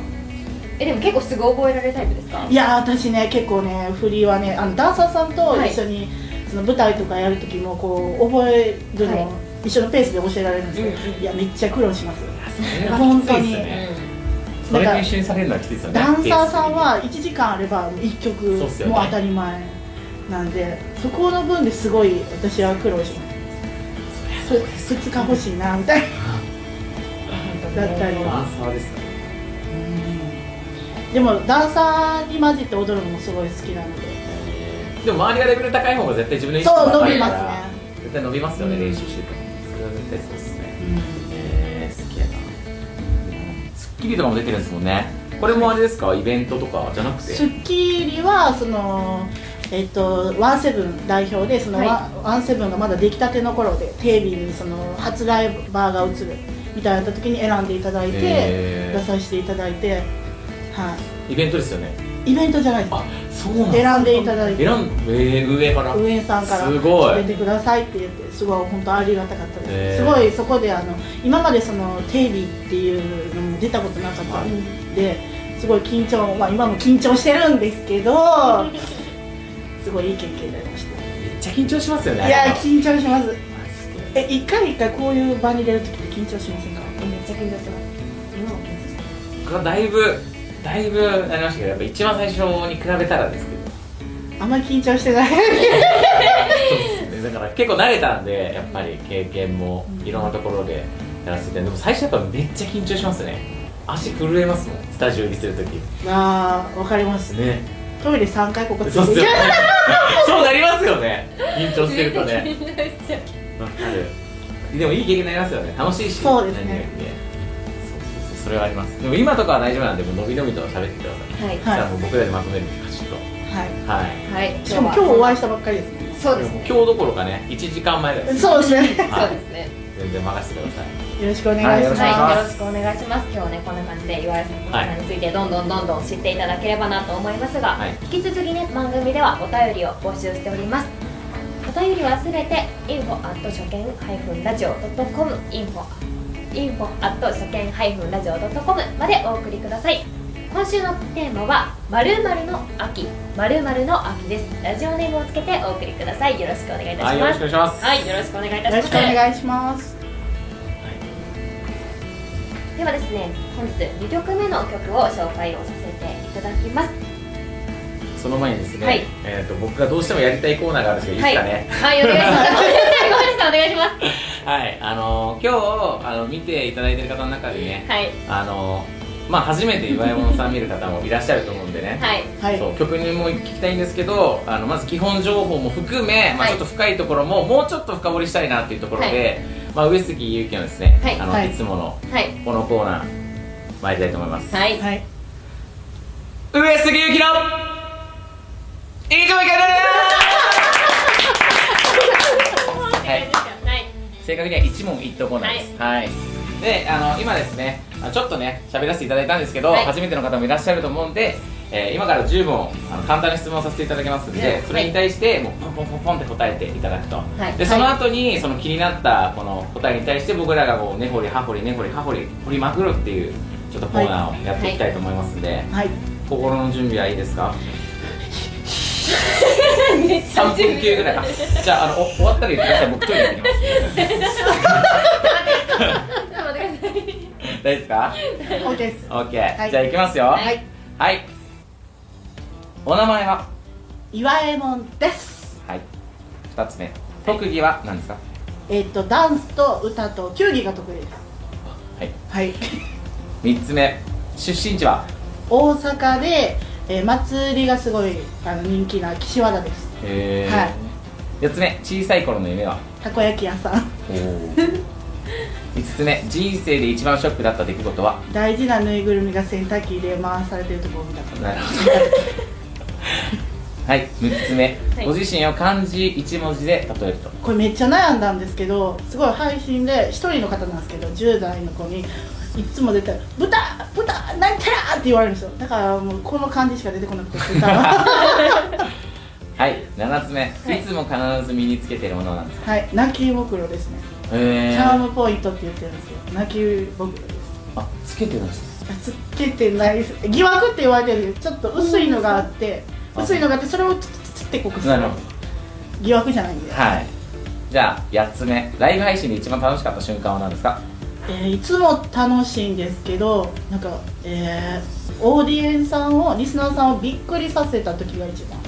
Speaker 1: えでも結構すぐ覚えられるタイプですか
Speaker 5: いやー私ね結構ね振りはねあのダンサーさんと一緒に、その舞台とかやる時もこう覚えるの、
Speaker 1: は
Speaker 5: 一緒のペースで教えられるんですけど、
Speaker 1: うんうん
Speaker 5: いやめっちゃ苦労します
Speaker 2: 本
Speaker 5: 本
Speaker 2: 当
Speaker 5: 当
Speaker 2: に
Speaker 5: に
Speaker 2: それと一緒にされるのはきついですよね
Speaker 5: ダンサーさんは1時間あれば1曲
Speaker 2: そう
Speaker 5: も
Speaker 2: っ
Speaker 5: う
Speaker 2: すよね
Speaker 5: 当たり前なんでそこの分ですごい私は苦労します2日欲しいなみたいなだったり
Speaker 2: ダン
Speaker 5: は
Speaker 2: サーですか
Speaker 5: うんでもダンサーに混じって踊るのもすごい好きなので
Speaker 2: でも周りがレベル高い方が絶対自分の意識
Speaker 5: そ
Speaker 2: 高
Speaker 5: う
Speaker 2: い
Speaker 5: 伸びますね
Speaker 2: から絶対伸びますよね
Speaker 5: うん
Speaker 2: 練習しててもそれは絶対そうですねえー好きやなスッキリとかも出てるんですもんねこれもあれですかイベントとかじゃなくて
Speaker 5: スッキリはそのえっとワンセブン代表でその
Speaker 1: はい
Speaker 5: ワン、ワンセブンがまだ出来たての頃でテレビにその初ライバーが映るみたいな時に選んでいただいて、
Speaker 2: へー
Speaker 5: 出させていただいては
Speaker 2: イベントですよね
Speaker 5: いイベントじゃないです
Speaker 2: あそうなんだ
Speaker 5: 選んでいただいて
Speaker 2: 選んえー上から
Speaker 5: 運営さんから
Speaker 2: すごい
Speaker 5: 出てくださいって言ってすごい本当ありがたかったです、
Speaker 2: へー
Speaker 5: すごいそこであの今までそのテレビっていうのも出たことなかったんですごい緊張、まあ、今も緊張してるんですけどすごいいい経験になりまし
Speaker 2: めっちゃ緊張しますよね
Speaker 5: たいや
Speaker 2: あれ
Speaker 5: ー
Speaker 2: は
Speaker 5: 緊張します
Speaker 2: マジで
Speaker 5: え一回一回こういう場に出るときって緊張しませんか
Speaker 1: めっちゃ緊張してます今も緊張してます
Speaker 2: 僕はだいぶだいぶなりましたけどやっぱ一番最初に比べたらですけど
Speaker 5: あんまり緊張してない
Speaker 2: ねだから結構慣れたんでやっぱり経験もいろんなところでやらせてでも最初やっぱめっちゃ緊張しますね足震えますもんスタジオ入りするとき
Speaker 5: あーわかります
Speaker 2: ね
Speaker 5: トイレ3回ここついて
Speaker 2: そうっすよ ねそうなりますよね緊張してるとね
Speaker 1: 緊張しちゃう
Speaker 2: わかるでもいい経験になりますよね楽しいし
Speaker 5: そうですね
Speaker 2: 何よりそうそうそうそれはありますでも今とかは大丈夫なんでもうのびのびと喋ってください
Speaker 1: はい
Speaker 5: はい
Speaker 2: じゃあもう僕らでまとめるんでカチッと
Speaker 5: は
Speaker 2: はい
Speaker 1: はい今
Speaker 5: い
Speaker 1: 日
Speaker 5: しかも
Speaker 1: は
Speaker 5: 今日お会いしたばっかりですね
Speaker 1: そうです
Speaker 2: もう
Speaker 1: ね
Speaker 2: 今日どころかね1時間前ぐらいです
Speaker 5: そうですね。
Speaker 1: そうですね
Speaker 2: 全然任せてください
Speaker 5: よろしくお願いします。
Speaker 1: はい、よろしくお願いします。今日はね、こんな感じで岩井さん、この方についてどんどんどんどん知っていただければなと思いますが、
Speaker 2: はい
Speaker 1: 引き続きね、番組ではお便りを募集しております。お便りはすべて info 初見 -radio.com info info 初見 -radio.com までお送りください。今週のテーマはまるまるの秋まるまるの秋です。ラジオネームをつけてお送りください。よろしくお願いいたし
Speaker 2: はいよろ
Speaker 1: ま
Speaker 2: しくお
Speaker 1: す。
Speaker 2: 願いします
Speaker 1: はい、よろしくお願いいたし
Speaker 5: よ
Speaker 1: ま
Speaker 5: ろし
Speaker 1: す
Speaker 5: くお。願いします。
Speaker 1: ではですね本日2曲目の曲を紹介をさせていただきます
Speaker 2: その前にですね、
Speaker 1: はい
Speaker 2: えー、と僕がどうしてもやりたいコーナーがあるんですけど、いいですかね
Speaker 1: はい、はい、お願いしますごめんなさいごめんなさいお願いします
Speaker 2: はい、あのー今日あの見ていただいてる方の中でね、
Speaker 1: はい
Speaker 2: あのーまあ初めて岩井もんさん見る方もいらっしゃると思うんでね、
Speaker 1: はい
Speaker 5: はい。
Speaker 2: そう曲にも聞きたいんですけどあのまず基本情報も含め、まあ、
Speaker 1: はい
Speaker 2: ちょっと深いところも、もうちょっと深掘りしたいなっていうところで、まあ、上杉ゆうきのですね、
Speaker 1: はい
Speaker 2: あの
Speaker 5: はい
Speaker 2: い、つもの
Speaker 1: はい
Speaker 2: このコーナー参りたいと思います、
Speaker 1: はい
Speaker 5: はい。
Speaker 2: 上杉ゆうきのいい声が出るはい
Speaker 1: はい
Speaker 2: 正確には一問一答コーナーですはい、であの今ですねあちょっとね喋らせていただいたんですけど、
Speaker 1: はい
Speaker 2: 初めての方もいらっしゃると思うんで、えー今から10問あの簡単な質問をさせていただきますんで、
Speaker 1: はい
Speaker 2: それに対してもうポンポンポンポンって答えていただくと、
Speaker 1: い
Speaker 2: でその後にその気になったこの答えに対して僕らがこう根掘り葉掘り根掘り葉掘り掘りまくるっていうちょっとコーナーをやっていきたいと思いますんで、
Speaker 5: はい。
Speaker 2: 心の準備はいいですか
Speaker 1: めっち
Speaker 2: 3
Speaker 1: ゃ
Speaker 2: 分級ぐらいかじゃああのお終わったら言ってください僕トイレ行ってきます大丈夫ですか
Speaker 5: オッケーです。
Speaker 2: オッケー、
Speaker 5: はい
Speaker 2: じゃあ行きますよは、
Speaker 5: はいい。
Speaker 2: お名前は
Speaker 5: 岩右衛門です。
Speaker 2: はい2つ目特技は何ですか
Speaker 5: えっとダンスと歌と球技が得意です。
Speaker 2: はい
Speaker 5: はい。
Speaker 2: 3つ目出身地は
Speaker 5: 大阪で、えー祭りがすごいあの人気な岸和田です
Speaker 2: へ
Speaker 5: は
Speaker 2: 4つ目小さい頃の夢は
Speaker 5: たこ焼き屋さん
Speaker 2: 5つ目人生で一番ショックだった出来事は
Speaker 5: 大事なぬいぐるみが洗濯機で回されてるところを見たこと
Speaker 2: なるほどはい6つ目、
Speaker 1: はい
Speaker 2: ご自身を漢字1文字で例えると
Speaker 5: これめっちゃ悩んだんですけどすごい配信で一人の方なんですけど10代の子にいつも出て「豚豚なんたら!」って言われるんですよだからもうこの漢字しか出てこなくて 豚は
Speaker 2: はい7つ目、
Speaker 1: い
Speaker 2: い、つも必ず身につけてるものなんです
Speaker 5: はい泣き袋ですね
Speaker 2: へえ
Speaker 5: チャームポイントって言ってるんですけど泣き袋です
Speaker 2: あつけてるんです
Speaker 5: あつけてないです疑惑って言われてるんですけどちょっと薄いのがあって
Speaker 2: うん
Speaker 5: 薄いのがあってそれをつつつってこく
Speaker 2: なるほど
Speaker 5: 疑惑じゃないんで、
Speaker 2: はいじゃあ8つ目ライブ配信で一番楽しかった瞬間は何ですか
Speaker 5: えーいつも楽しいんですけどなんかえーオーディエンスさんをリスナーさんをびっくりさせた時が一番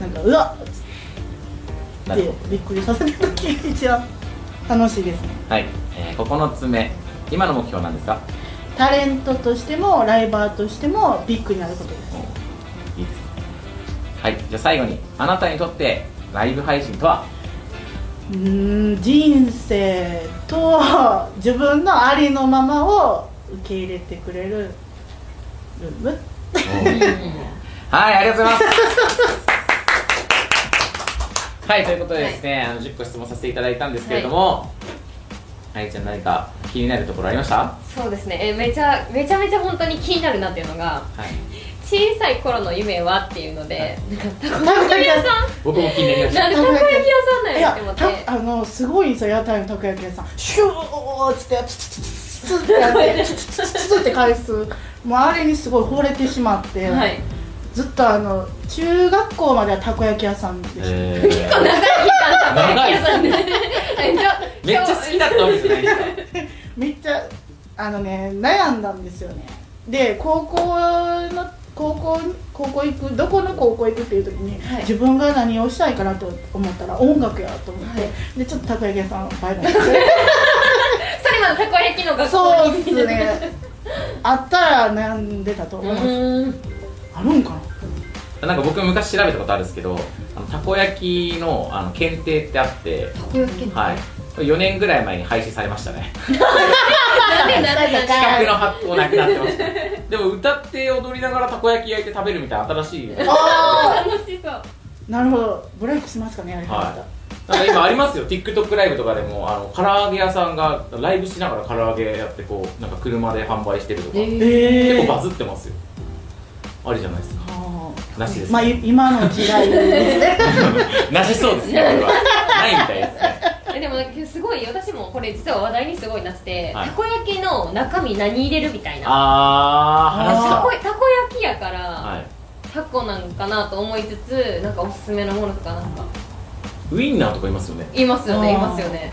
Speaker 5: なんかうわっ
Speaker 2: な
Speaker 5: っ
Speaker 2: る
Speaker 5: て
Speaker 2: ほ
Speaker 5: びっくりさせた時が一番楽しいですね
Speaker 2: どはい、えー、9つ目今の目標なんですか
Speaker 5: タレントとしてもライバーとしてもビッグになることです
Speaker 2: いいですはいじゃあ最後にあなたにとってライブ配信とは
Speaker 5: うーん人生と自分のありのままを受け入れてくれるルーム
Speaker 2: はい、ありがとうございます。はい、ということでですね、あの10個質問させていただいたんですけれども、あゆちゃん何か気になるところありました？は
Speaker 1: そうですねえめちゃめちゃめちゃ本当に気になるなっていうのが
Speaker 2: い。
Speaker 1: 小さい頃の夢はっていうのでなんか
Speaker 5: た
Speaker 1: た
Speaker 5: こ
Speaker 1: こ
Speaker 5: 焼
Speaker 1: 焼
Speaker 5: き
Speaker 1: き
Speaker 5: 屋
Speaker 1: 屋
Speaker 5: さ
Speaker 1: さ
Speaker 5: ん
Speaker 1: ん
Speaker 2: 僕も気になりまし
Speaker 1: な
Speaker 2: た。
Speaker 1: んでたこ焼き
Speaker 5: い
Speaker 1: 屋さんなんや
Speaker 5: や
Speaker 1: って思って
Speaker 5: たあのすごいんですよ屋台のたこ焼き屋さんシューッつってツツツツツツってやってツツツツツって返すもうあれにすごい惚れてしまって、
Speaker 1: はい
Speaker 5: ずっとあの中学校まではたこ焼き屋さんでした、
Speaker 2: え
Speaker 1: 結構長い期間たこ焼き屋さんで
Speaker 2: ーめっちゃ好きだったわけじゃないですか。
Speaker 5: めっちゃあのね悩んだんですよねで高校の高校高校行くどこの高校行くっていう時に、
Speaker 1: はい
Speaker 5: 自分が何をしたいかなと思ったら音楽やと思って、
Speaker 1: はい
Speaker 5: でちょっとたこ焼き屋さんをバイバイして
Speaker 1: それまでたこ焼きの学校
Speaker 5: そう
Speaker 1: に
Speaker 5: っすねあったら悩んでたと思います、
Speaker 1: うん
Speaker 5: あるんかな
Speaker 2: なんか僕昔調べたことあるんですけど、あのたこ焼きのあの検定ってあって、
Speaker 4: たこ焼き
Speaker 2: はい。これ4年ぐらい前に廃止されましたね。
Speaker 1: なんでなんで
Speaker 2: 資格の発行なくなってました。でも歌って踊りながらたこ焼き焼いて食べるみたいな新しい。
Speaker 5: あ
Speaker 1: 楽しそう
Speaker 5: ーなるほどブレイクしますかねやり方、
Speaker 2: はなんか今ありますよ TikTok ライブとかでもあの唐揚げ屋さんがライブしながら唐揚げやってこうなんか車で販売してるとか、
Speaker 5: え
Speaker 2: 結
Speaker 5: ー
Speaker 2: 構バズってますよありじゃないですか
Speaker 5: あ
Speaker 2: なしで
Speaker 5: ー
Speaker 2: す
Speaker 5: まあい今の時代ですね
Speaker 2: なしそうですねこれはないみたいです ね
Speaker 1: えでもなんかすごい私もこれ実は話題にすごいなってて、
Speaker 2: はい
Speaker 1: たこ焼きの中身何入れるみたいなた
Speaker 2: あ
Speaker 1: こたこ焼きやから、
Speaker 2: あ話はい
Speaker 1: タコなんかなと思いつつなんかおすすめのものとかなんか
Speaker 2: ウインナーとかいますよね
Speaker 1: いますよね
Speaker 5: あー
Speaker 1: いますよね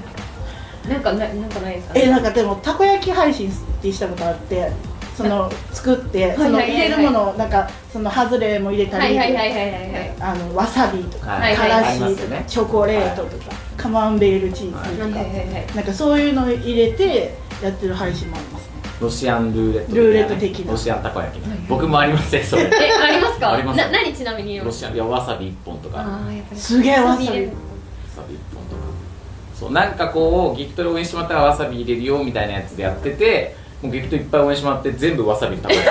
Speaker 1: なんかななんかないですか、ね、
Speaker 5: えなんかでもたこ焼き配信ってしたことあってその作ってその
Speaker 1: はいはいはいはい
Speaker 5: 入れるものをなんかそのハズレも入れた
Speaker 1: は
Speaker 5: り
Speaker 1: いはいはいはいはいはい
Speaker 5: あのわさびとか
Speaker 2: はい
Speaker 5: から
Speaker 1: はい
Speaker 5: し
Speaker 2: はいありま
Speaker 5: と
Speaker 2: す
Speaker 5: か
Speaker 2: よね
Speaker 5: チョコレートとかカマンベールチーズ
Speaker 1: は
Speaker 5: と
Speaker 1: い
Speaker 5: か
Speaker 1: はいはい
Speaker 5: なんかそういうのを入れてやってる配信もありますね
Speaker 2: ロシアンルーレット的なね
Speaker 5: ルーレット的な
Speaker 2: ロシアンたこ焼きね、僕もありますねそれ
Speaker 1: えありますか
Speaker 2: あります
Speaker 1: な何ちなみに言い
Speaker 2: ロ
Speaker 1: ます
Speaker 2: シアンいやわさび1本とか
Speaker 1: ああやっぱり
Speaker 5: すげえわさび
Speaker 2: わさび1本とかそうなんかこうギフトで応援してもらったらわさび入れるよみたいなやつでやっててもうギフトいっぱい応援してもらって全部わさびに食べた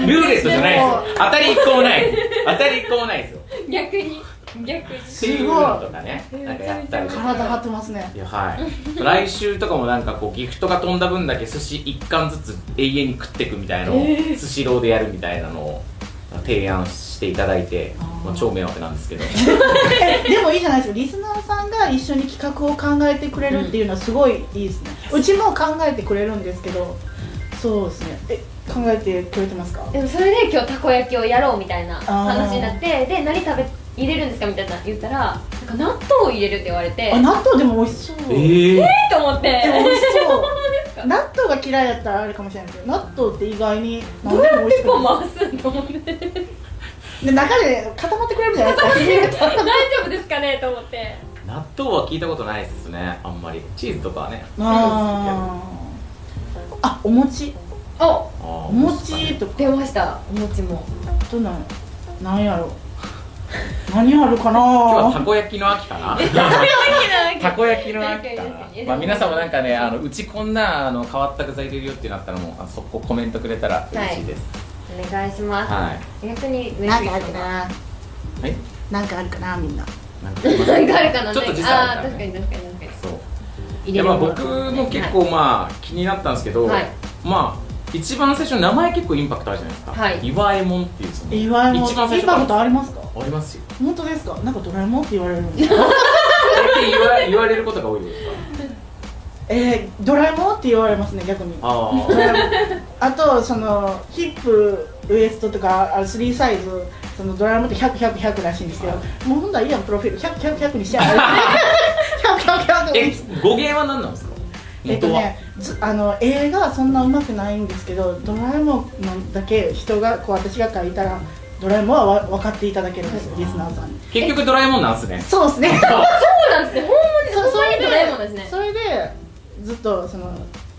Speaker 2: ルーレットじゃないですよ当たり1個もない当たり1個もないですよ
Speaker 1: 逆に逆に
Speaker 5: すごい
Speaker 2: ってうのとかねなんかやったりとか
Speaker 5: 体張ってますね
Speaker 2: いやはい来週とかもなんかこうギフトが飛んだ分だけ寿司1貫ずつ永遠に食っていくみたいなのを寿司ローでやるみたいなのを提案していただいてもう超迷惑なんですけど
Speaker 5: えでもいいじゃないですかリスナーさんが一緒に企画を考えてくれるっていうのはすごいいいですね、うちも考えてくれるんですけどそうですねえ考えてくれてますか
Speaker 1: でもそれで今日たこ焼きをやろうみたいな話になってで何食べ入れるんですかみたいな言ったらなんか納豆を入れるって言われて
Speaker 5: あ納豆でも美味しそう、
Speaker 2: ええ
Speaker 1: えっと思っ
Speaker 5: でも
Speaker 1: て
Speaker 5: 美味し
Speaker 1: す
Speaker 5: そ
Speaker 1: か
Speaker 5: う納豆が嫌いだったらあれかもしれないけど納豆って意外に何
Speaker 1: どうやって
Speaker 5: くな
Speaker 1: こ
Speaker 5: いう
Speaker 1: 回すんと思って
Speaker 5: で中で固まってくれるじゃない ですか
Speaker 1: 大丈夫ですかねと思って
Speaker 2: 納豆は聞いたことないですねあんまりチーズとかはね
Speaker 5: ああお餅
Speaker 1: お
Speaker 2: お
Speaker 5: お餅とか
Speaker 1: 出ましたお餅も
Speaker 5: あとなんなんやろ 何あるか
Speaker 2: 今
Speaker 5: な
Speaker 2: 日はたこ焼きの秋かな たこ焼きの秋か
Speaker 1: たこ焼きです
Speaker 2: な、まあ、皆さんもなんかねあのうちこんなあの変わった具材入れるよってなったらもうあそこコメントくれたら嬉しいです
Speaker 1: お願いします、
Speaker 2: はい、
Speaker 1: 逆に上
Speaker 5: なん
Speaker 1: 杉
Speaker 5: かある
Speaker 1: さん
Speaker 5: か
Speaker 1: が
Speaker 5: な
Speaker 2: はい、
Speaker 5: なんかあるかなみんな
Speaker 2: なんかあります
Speaker 1: なんかあるかな
Speaker 2: ちょっと時差あ
Speaker 1: あー
Speaker 2: るから、
Speaker 1: 確かに
Speaker 2: ね、
Speaker 1: 確かに確かに
Speaker 2: そう
Speaker 1: 入
Speaker 2: いやまあ
Speaker 1: もの
Speaker 2: 僕も結構まあ気になったんですけど、
Speaker 1: はい
Speaker 2: まあ一番最初の名前結構インパクトあるじゃないですか、
Speaker 1: はい
Speaker 2: 岩右衛門っていうその
Speaker 5: 岩井も
Speaker 2: 一番最
Speaker 5: イ
Speaker 2: 初
Speaker 5: ン
Speaker 2: か
Speaker 5: パ
Speaker 2: ら
Speaker 5: クトありますか
Speaker 2: ありますよ
Speaker 5: 本当ですかなんかドラえもんって言われ るんです
Speaker 2: 大体言わ言われることが多いです か
Speaker 5: えー、ドラえもんって言われますね逆に
Speaker 2: あ
Speaker 5: ド
Speaker 2: ー
Speaker 5: ラえもんあとそのヒップウエストとかあの3サイズそのドラえもんって100100らしいんですけどもうほんとはいいやんプロフィール100100にしち ゃう
Speaker 2: え
Speaker 5: 100100
Speaker 2: 語源は何なんですか
Speaker 5: えっと
Speaker 2: 元は、
Speaker 5: ね、ずあの映画はそんなうまくないんですけどドラえもんだけ人がこう私が書いたらドラえもんはわ分かっていただけるんですよリスナーさんに
Speaker 2: 結局ドラえもんなんですね
Speaker 5: そうですね
Speaker 1: そうなんですねほんまに
Speaker 5: そ
Speaker 1: ほんまにドラえもんですね
Speaker 5: それでずっとその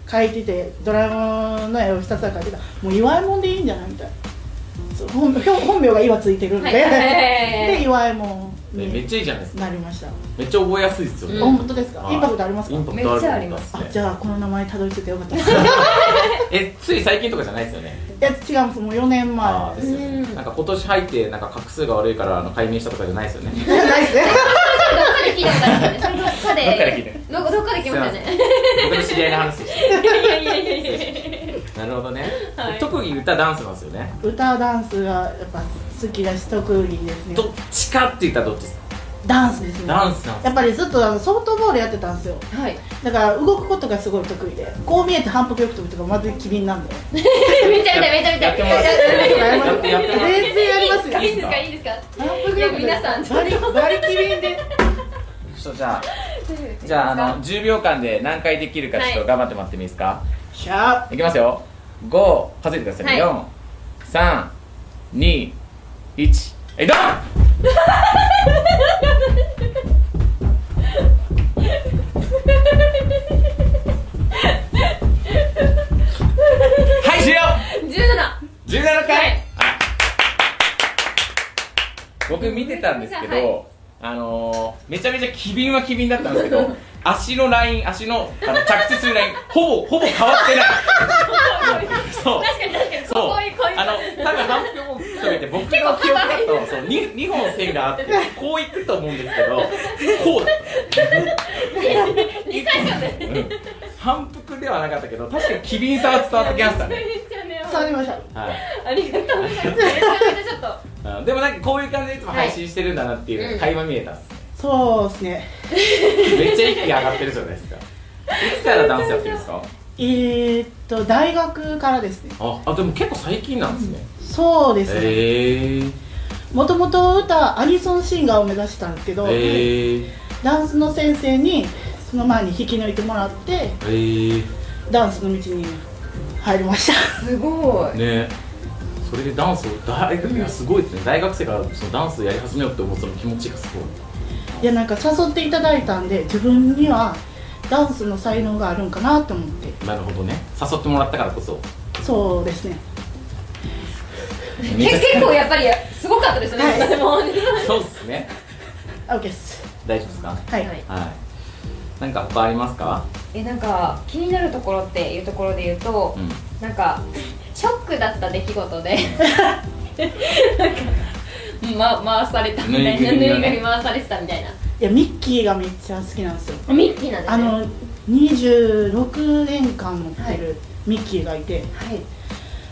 Speaker 5: 書いててドラえもんの絵をひたすら描いてたもう岩右衛門でいいんじゃないみたいなそう本本本名が岩ついてるん
Speaker 1: は
Speaker 5: で、
Speaker 1: いはいはいはい
Speaker 5: で岩右衛門
Speaker 2: ねめっ
Speaker 5: に
Speaker 2: ちゃいいじゃないですか
Speaker 5: なりました、
Speaker 2: めっちゃ覚えやすいですよね、
Speaker 1: うん
Speaker 5: 本当ですか
Speaker 2: はい
Speaker 5: インパクトありますか
Speaker 2: インパク
Speaker 1: め
Speaker 2: ト
Speaker 1: っちゃ
Speaker 2: あ
Speaker 1: あ
Speaker 2: る
Speaker 1: りま
Speaker 2: んですす
Speaker 5: あ
Speaker 2: ね
Speaker 5: じゃあこの名前たどり着いてよかったですい
Speaker 2: えつい最近とかじゃないですよね
Speaker 5: や違うんですもう4年
Speaker 2: あ
Speaker 5: 前
Speaker 2: あですよね
Speaker 1: うん
Speaker 2: なんか今年入ってなんか画数が悪いからあの解明したとかじゃないですよね
Speaker 5: ないですね
Speaker 1: どっかで聞いたことあるんですよねそれどっかで
Speaker 2: どっかで聞いてる
Speaker 1: どこどっかで聞きましたね
Speaker 2: 僕の知り合いの話でし
Speaker 1: いやいやいやいやいや
Speaker 2: たなるほどね、
Speaker 1: はい
Speaker 2: 特技歌ダンスなんですよね
Speaker 5: 歌ダンスがやっぱ好きだし得意ですね
Speaker 2: どっちかって言ったらどっちですか
Speaker 5: ダンスですね
Speaker 2: ダンスなんです
Speaker 5: やっぱりずっとあのソフトボールやってたんですよ
Speaker 1: はい
Speaker 5: だから動くことがすごい得意でこう見えて反復力跳びとかまず機敏なんで
Speaker 1: めちゃめちゃめちゃめちゃ
Speaker 2: やってもらってやってやってもらって
Speaker 5: 全然やりますよ
Speaker 1: いいですかいいですか
Speaker 5: 反
Speaker 1: いや皆さんちょっ
Speaker 5: 割り割り機敏で
Speaker 2: ちょっとじゃあ
Speaker 1: と
Speaker 2: じゃああの10秒間で何回できるかちょっと頑張ってもらってもいいですか、
Speaker 5: シャー
Speaker 2: いきますよ5数えてください、ね
Speaker 1: は
Speaker 2: 4321えドンはい終了
Speaker 1: 17
Speaker 2: 17回、
Speaker 1: はい
Speaker 2: あ僕見てたんですけど、
Speaker 1: はい
Speaker 2: あのー、めちゃめちゃ機敏は機敏だったんですけ ど足のライン足のあの着地するラインほぼほぼ変わってない そう
Speaker 1: 確かに確かにこ
Speaker 2: そう
Speaker 1: こいこういう
Speaker 2: あの多分反復も含めて僕の記憶だとそう 2, 二本線があってこういくと思うんですけど こうだ
Speaker 1: 2回しかね
Speaker 2: った、うん反復ではなかったけど確かに機敏さは伝わってきました
Speaker 1: めっ
Speaker 2: ね、
Speaker 1: ちゃね
Speaker 5: 触りました
Speaker 2: はい
Speaker 1: ありがとうございますめちゃめちゃちょっと
Speaker 2: あでもなんかこういう感じでいつも配信してるんだなっていう会話見えたっす、
Speaker 5: そうですね
Speaker 2: めっちゃ息が上がってるじゃないですかいつからダンスやってるんですか
Speaker 5: えー、っと大学からですね
Speaker 2: ああでも結構最近なんですね
Speaker 5: そうですね
Speaker 2: へえー、
Speaker 5: もともと歌アニソンシンガーを目指してたんですけど、
Speaker 2: えー、
Speaker 5: ダンスの先生にその前に引き抜いてもらって
Speaker 2: えー、
Speaker 5: ダンスの道に入りました
Speaker 1: すごい
Speaker 2: ねそれでダンスを大学いやすごいですね大学生からそのダンスやり始めようって思うその気持ちがすごい
Speaker 5: いやなんか誘っていただいたんで自分にはダンスの才能があるんかなと思って
Speaker 2: なるほどね誘ってもらったからこそ
Speaker 5: そうですね
Speaker 2: めっちゃ
Speaker 1: け結構やっぱりすごかったですよね、
Speaker 5: はい
Speaker 1: でもはい
Speaker 2: そうっすね
Speaker 5: OK です
Speaker 2: 大丈夫ですか
Speaker 5: はい、
Speaker 2: はいなんか他ありますか
Speaker 1: えなんか気になるところっていうところで言うと、
Speaker 2: うん
Speaker 1: なんかショックだった出来事でなんか、ま、回されたみたいなぬ
Speaker 2: ぬいぐ
Speaker 1: いぐ
Speaker 2: るみがね
Speaker 1: るみ回されてたみたいない
Speaker 5: やミッキーがめっちゃ好きなんですよ
Speaker 1: ミッキーなんですね
Speaker 5: あの26年間持ってるミッキーがいて、
Speaker 1: はい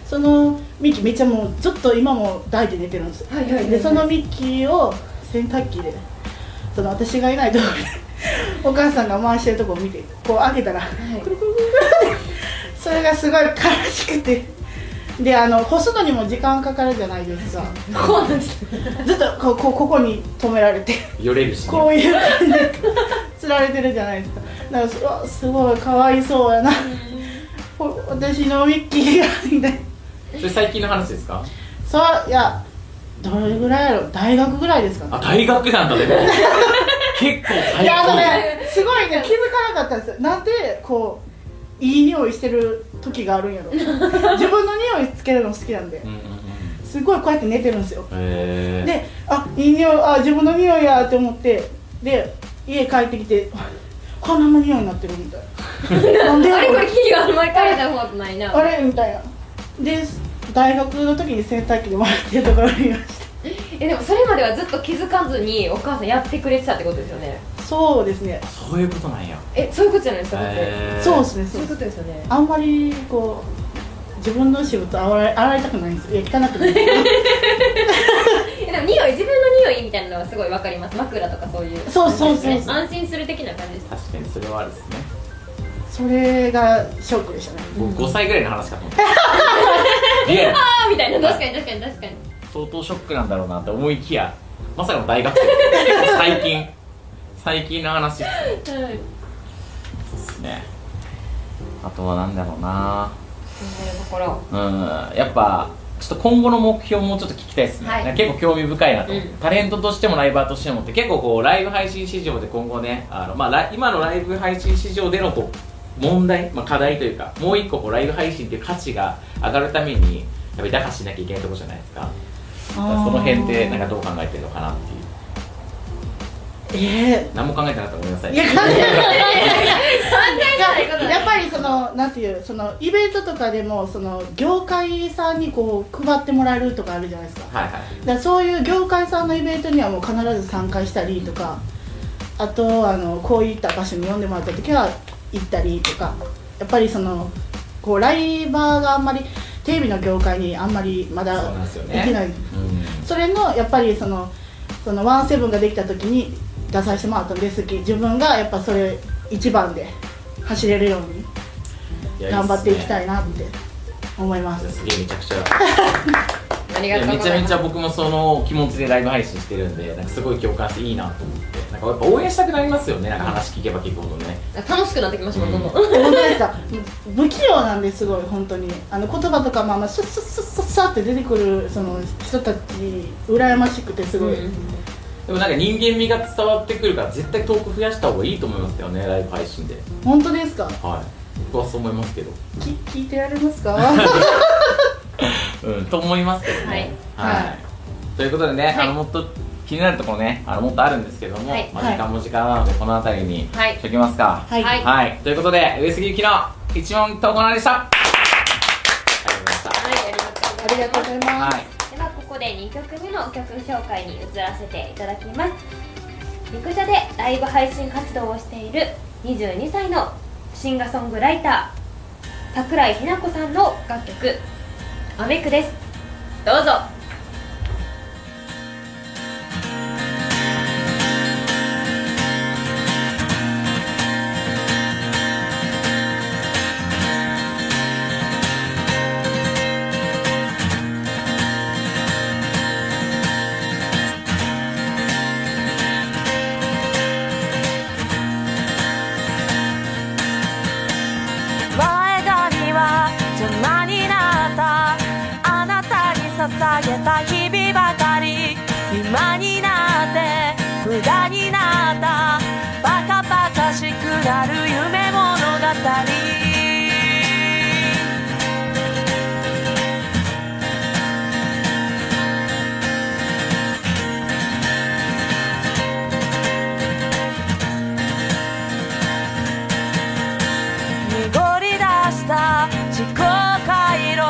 Speaker 5: そのミッキーめっちゃもうずっと今も抱いて寝てるんですよ、
Speaker 1: はいはいはいはい
Speaker 5: でそのミッキーを洗濯機でその私がいないところでお 母さんが回してるとこを見てこう開けたら、くるくるくるくるってそれがすごい悲しくてであの干すのにも時間かかるじゃないですか
Speaker 1: こうなんですね
Speaker 5: ずっとこうこうここに止め られて
Speaker 2: よれるし、ね、
Speaker 5: こういう感じで 釣られてるじゃないですかだからうわすごいかわいそうやなほ私のミッキーがみたいな
Speaker 2: それ最近の話ですか
Speaker 5: そういやどれぐらいやろ大学ぐらいですかね
Speaker 2: あ大学なんだ でも結構最近
Speaker 5: いやあのねすごいね気づかなかったんですよなんでこういい匂いしてる時があるんや ろ自分の匂いつけるの好きなんで
Speaker 2: うんうんうん
Speaker 5: すごいこうやって寝てるんですよ
Speaker 2: へえ
Speaker 5: であいい匂いあ自分の匂いやって思ってで家帰ってきて あ鼻の匂いになってるみたい ななんでや
Speaker 1: あれこ
Speaker 5: ろ
Speaker 1: れ企業あんまり書いた方がないな
Speaker 5: あれみたいなで大学の時に洗濯機で笑ってるところにいまし
Speaker 1: えでもそれまではずっと気づかずにお母さんやってくれてたってことですよね
Speaker 5: たそうですね
Speaker 2: そういうことなんや
Speaker 1: えそういうことじゃないですかだって
Speaker 2: へー
Speaker 5: そうですねそ
Speaker 1: そううい
Speaker 5: で
Speaker 1: うこと
Speaker 5: す
Speaker 1: ですよね
Speaker 5: あんまりこう自分の仕事洗い洗いたくないんですよいや聞かなくない
Speaker 1: えでも匂い自分の匂いみたいなのはすごいわかります枕とかそういう
Speaker 5: そうそうそうそう
Speaker 1: ね安心する的な感じです
Speaker 2: 確かにそれはあるですね
Speaker 5: それがショックでしたね
Speaker 2: 僕5歳ぐらいの話かと思った いや
Speaker 1: ああみたいな確かに確かに確かに
Speaker 2: 相当ショックなんだろうなって思いきやまさかの大学生最近最近の話っ
Speaker 1: はい
Speaker 2: すねあとはなんだろうな
Speaker 1: ところ
Speaker 2: うんやっぱちょっと今後の目標もうちょっと聞きたいですね、
Speaker 1: はい
Speaker 2: 結構興味深いなと、
Speaker 1: うん
Speaker 2: タレントとしてもライバーとしてもって結構こうライブ配信市場で今後ねあの、まあライ、今のライブ配信市場でのこう問題、まあ、課題というかもう一個こうライブ配信っていう価値が上がるためにやっぱり打破しなきゃいけないところじゃないですかだからその辺でなんかどう考えてるのかなっていう
Speaker 5: え
Speaker 2: 何も考えてなかったらごめんなさ
Speaker 5: え
Speaker 2: い
Speaker 5: いや考えない
Speaker 1: ないことない
Speaker 5: やっぱりそのなんていうそのイベントとかでもその業界さんにこう配ってもらえるとかあるじゃないですかだか
Speaker 2: はいはい
Speaker 5: らそういう業界さんのイベントにはもう必ず参加したりとかあとあのこういった場所に呼んでもらった時は行ったりとかやっぱりそのこうライバーがあんまりテレビの業界にあんまりま
Speaker 2: そう
Speaker 5: だ
Speaker 2: なんですよ
Speaker 5: で
Speaker 2: ね
Speaker 5: きないそれのやっぱりそのそのワンセブンができた時に出させてもらったんですき自分がやっぱそれ一番で走れるように
Speaker 2: うん
Speaker 5: 頑張っていきた
Speaker 2: い
Speaker 5: いなって思いま
Speaker 2: や
Speaker 5: す
Speaker 2: いいっすねすげえめちゃくちゃ
Speaker 1: あり
Speaker 2: い
Speaker 1: が
Speaker 2: や
Speaker 1: とうございま
Speaker 2: めち
Speaker 1: す
Speaker 2: ゃめちゃ僕もその気持ちでライブ配信してるんでなんかすごい共感していいなと思ってなんかやっぱ応援したくなりますよねなんか話聞けば聞くほどね
Speaker 1: 楽しくなってきましたもんどんどん
Speaker 5: 本当ですか不器用なんですごい本当にあの言葉とかもあんまスッスッスッスッスッって出てくるその人たち羨ましくてすごい、
Speaker 1: うん
Speaker 2: でもなんか人間味が伝わってくるから絶対トーク増やした方がいいと思いますよねライブ配信で
Speaker 5: 本当ですか
Speaker 2: はい僕はそう思いますけど
Speaker 5: き聞いてられます かは
Speaker 2: うんと思いますけどね
Speaker 5: はい
Speaker 2: はい、
Speaker 5: はい
Speaker 2: ということでね、
Speaker 1: はい
Speaker 2: あのもっと気になるところねあのもっとあるんですけども、
Speaker 1: はい
Speaker 2: まあ、時間も時間なのでこの辺りに
Speaker 1: はい
Speaker 2: しときますか
Speaker 5: い、
Speaker 1: はい
Speaker 2: はい、ということで上杉ゆきの一問投稿のでしたありがとうございました
Speaker 1: はい
Speaker 5: あ
Speaker 1: あ
Speaker 5: り
Speaker 1: り
Speaker 5: が
Speaker 1: が
Speaker 5: と
Speaker 1: と
Speaker 5: う
Speaker 1: う
Speaker 5: ご
Speaker 1: ございます
Speaker 5: ざいます、
Speaker 2: はい
Speaker 1: ではここで2曲目の曲紹介に移らせていただきます陸上でライブ配信活動をしている22歳のシンガーソングライター桜井日奈子さんの楽曲「アメク」ですどうぞ
Speaker 6: 前髪は邪魔になったあなたに捧げた日々ばかり今になって無駄になったバカバカしくなる夢物語濁り出した自己回路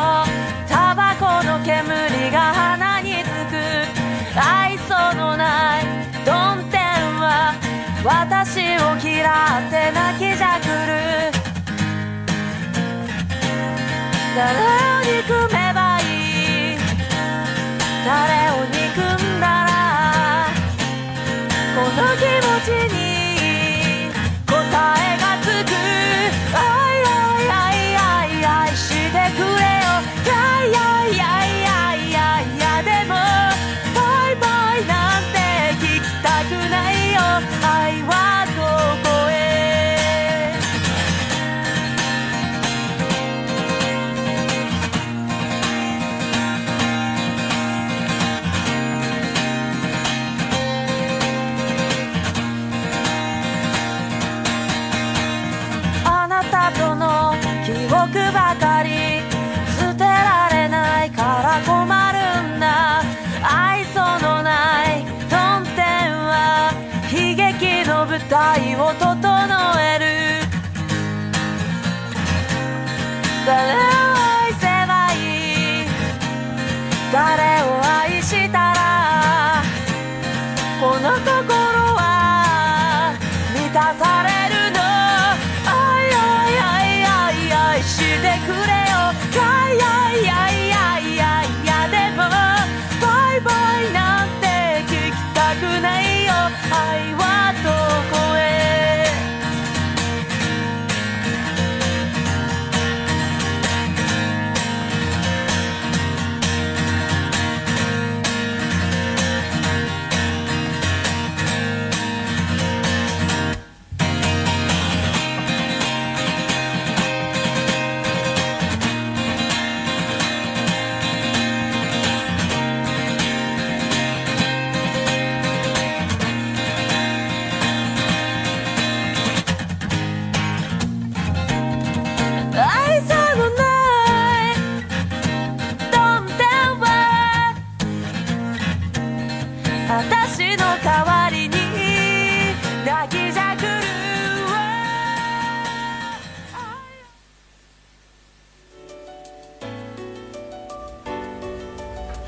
Speaker 6: タバコの煙が鼻につく愛想のない曇天は私を嫌って泣きじゃくる誰を憎めばいい誰を憎んだらこの気持ちに答えがつく「あいあいあいあいあいしてくれよ」「いやいやいやいやいやでもバイバイなんて聞きたくないよ」「愛はどこへ」「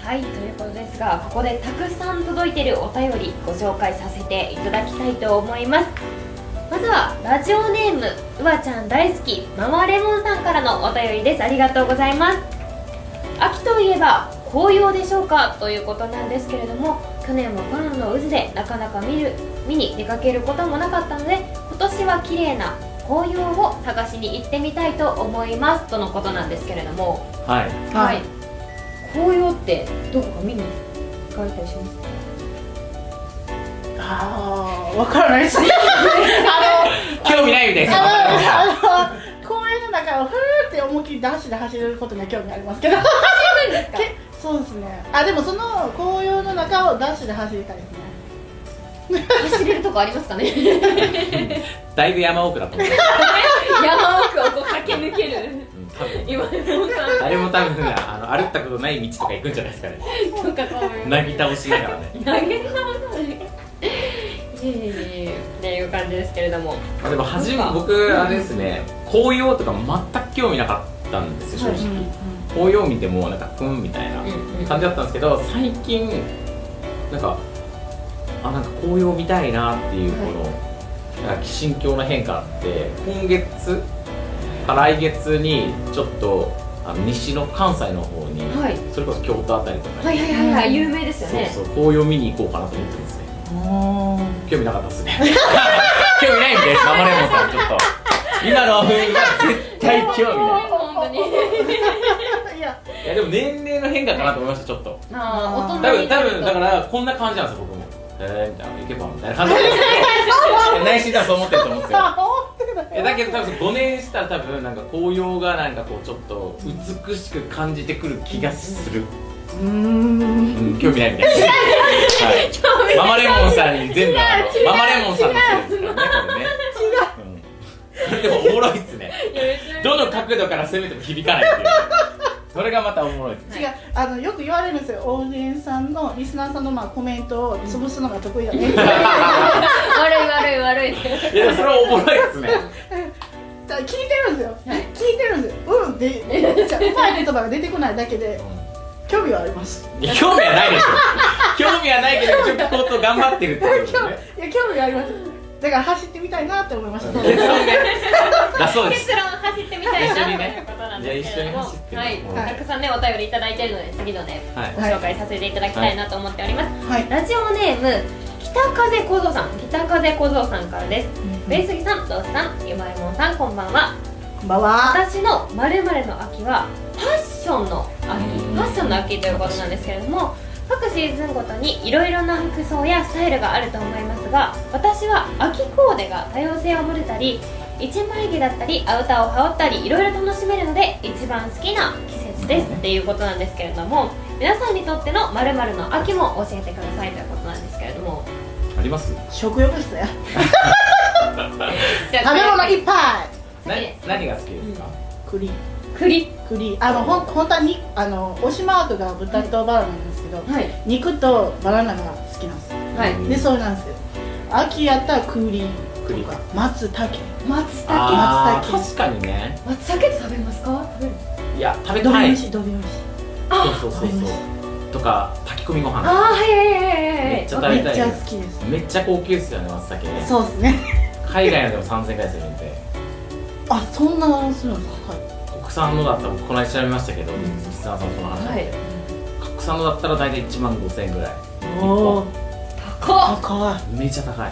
Speaker 1: はいということですがここでたくさん届いているお便りご紹介させていただきたいと思いますまずはラジオネームうわちゃん大好きママレモンさんからのお便りですありがとうございます秋といえば紅葉でしょうかということなんですけれども去年はコロナの渦でなかなか見る見に出かけることもなかったので今年は綺麗な紅葉を探しに行ってみたいと思いますとのことなんですけれども
Speaker 2: はい
Speaker 5: はい
Speaker 1: 紅葉ってどこか見に行かれたりしますか
Speaker 5: ああわからないですあ
Speaker 2: 興味ないみたい
Speaker 5: の
Speaker 2: な
Speaker 5: あの公園の中をふーって思いっきりダッシュで走ることには興味ありますけど けそうですねあでもその紅葉の中をダッシュで走りたいですね
Speaker 1: 走れるとこありますかね
Speaker 2: だいぶ山奥だと思う、
Speaker 1: 山奥をこう駆け抜ける
Speaker 2: うん、多分
Speaker 1: 今のさん
Speaker 2: 誰も多分あの歩ったことない道とか行くんじゃないですかね
Speaker 1: とかこう
Speaker 2: なぎ倒しながらね
Speaker 1: 投げたいえいえいえっていう感じですけれども
Speaker 2: あでも初め僕あれですね紅葉とか全く興味なかったんですよ正直、紅葉見てもなんかふんみたいな
Speaker 1: うんうん
Speaker 2: 感じだったんですけど最近なんかあなんか紅葉見たいなっていうこの、なんか心境の変化あって今月か来月にちょっとあの西の関西の方に、
Speaker 1: はい
Speaker 2: それこそ京都あたりとかに、
Speaker 1: はいはいはいはい有名ですよ
Speaker 2: そう
Speaker 1: ね
Speaker 2: そう紅葉見に行こうかなと思ってるんですね興味なかったですね 興味ないんで生レモンさんちょっと今の雰囲気が絶対興味ない
Speaker 1: 本当に
Speaker 5: いや
Speaker 2: いやでも年齢の変化かなと思いましたちょっと
Speaker 1: ああ
Speaker 2: 多
Speaker 1: 大人
Speaker 2: 分
Speaker 1: にな
Speaker 2: 多
Speaker 1: ると
Speaker 2: 分だからこんな感じなんですよ僕もえーみたいな行けばみたいな感 じなんですよ内心多分そう思ってると思うんですよ
Speaker 5: あ本当だ
Speaker 2: いやだけど多分5年したら多分なんか紅葉がなんかこうちょっと美しく感じてくる気がする
Speaker 5: うーん
Speaker 2: うん興味ないみたいな、はい、ママレモンさんに全部あのママレモンさんのせいですからねこれね違うん、でもおもろいっすねどの角度から攻めても響かないっていうそれがまたおもろいっすね
Speaker 5: 違うあのよく言われるんですよオーディエンスさんのリスナーさんのまあコメントを潰すのが得意だね って
Speaker 1: 悪い悪い悪い
Speaker 2: いやでもそれはおもろいっすね
Speaker 5: だから聞いてるんですよ、聞いてるんですようん でじゃあうまい言葉が出てこないだけで興味はあります
Speaker 2: いや興味はないでしょ興味はないけどちょっとこうと頑張ってるってことです
Speaker 5: 興
Speaker 2: よ
Speaker 5: 味
Speaker 2: ね
Speaker 5: いや興味はありますだから走ってみたいなって思いました、
Speaker 2: 結論でだそうです
Speaker 1: 結論走ってみたいな
Speaker 2: 一緒
Speaker 1: とい
Speaker 2: に
Speaker 1: う
Speaker 2: ね
Speaker 1: ことなんですけれども、
Speaker 2: じゃあ一緒に走って
Speaker 1: はい、
Speaker 2: うん
Speaker 1: たくさんねお便りいただいてるので次ので
Speaker 2: はい
Speaker 1: ご紹介させていただきたいなと思っております、
Speaker 5: はい
Speaker 1: ラジオネーム北風小僧さん北風小僧さんからです、上杉さん、どうさん、ゆまえもんさんこんばんは
Speaker 5: こんばんは
Speaker 1: 私の〇〇の秋はファッションの秋フ
Speaker 2: うん
Speaker 1: ァッションの秋ということなんですけれども各シーズンごとにいろいろな服装やスタイルがあると思いますが私は秋コーデが多様性を持てたり一枚着だったりアウターを羽織ったりいろいろ楽しめるので一番好きな季節ですっていうことなんですけれども皆さんにとっての〇〇の秋も教えてくださいということなんですけれども
Speaker 2: あります
Speaker 5: 食欲ですね
Speaker 1: じゃ
Speaker 5: 食べ物いっぱ
Speaker 2: な何が好きですか、
Speaker 5: い栗
Speaker 1: い栗
Speaker 5: 栗あのほん本当はにあの推しマークが豚とバナナなんですけど、
Speaker 1: はい
Speaker 5: 肉とバナナが好きなんですよ
Speaker 1: はい
Speaker 5: でそうなんですよ秋やったら栗
Speaker 2: 栗
Speaker 5: とか松茸
Speaker 1: 松茸
Speaker 2: あー
Speaker 5: 松
Speaker 2: 確
Speaker 5: 茸
Speaker 2: かにね
Speaker 1: 松茸って食べますか食べる
Speaker 2: いや食べ
Speaker 5: ど
Speaker 2: た
Speaker 5: れ
Speaker 2: い
Speaker 5: 美
Speaker 2: そ
Speaker 5: 味しいどれ美味しいう
Speaker 2: そうそうそうとか炊き込みご
Speaker 1: あ
Speaker 2: 飯
Speaker 1: あはいはいはいはいは
Speaker 2: め
Speaker 1: い
Speaker 2: っちゃ食べ
Speaker 5: め
Speaker 2: た
Speaker 5: っ
Speaker 2: い
Speaker 5: ちゃ
Speaker 2: で
Speaker 5: 好
Speaker 2: す
Speaker 5: きです
Speaker 2: めっちゃ高級っすよね松茸ね
Speaker 5: そうですね
Speaker 2: 海外のでも3000円ぐらいするんで
Speaker 5: あそんなするんですかはい
Speaker 2: 国産のだったら僕この間調べましたけどリスナーさんとの話なんで、
Speaker 1: はい
Speaker 2: 国産のだったら大体1万5000円ぐらい
Speaker 5: おー
Speaker 1: 高っ
Speaker 5: 高い
Speaker 2: めっちゃ高い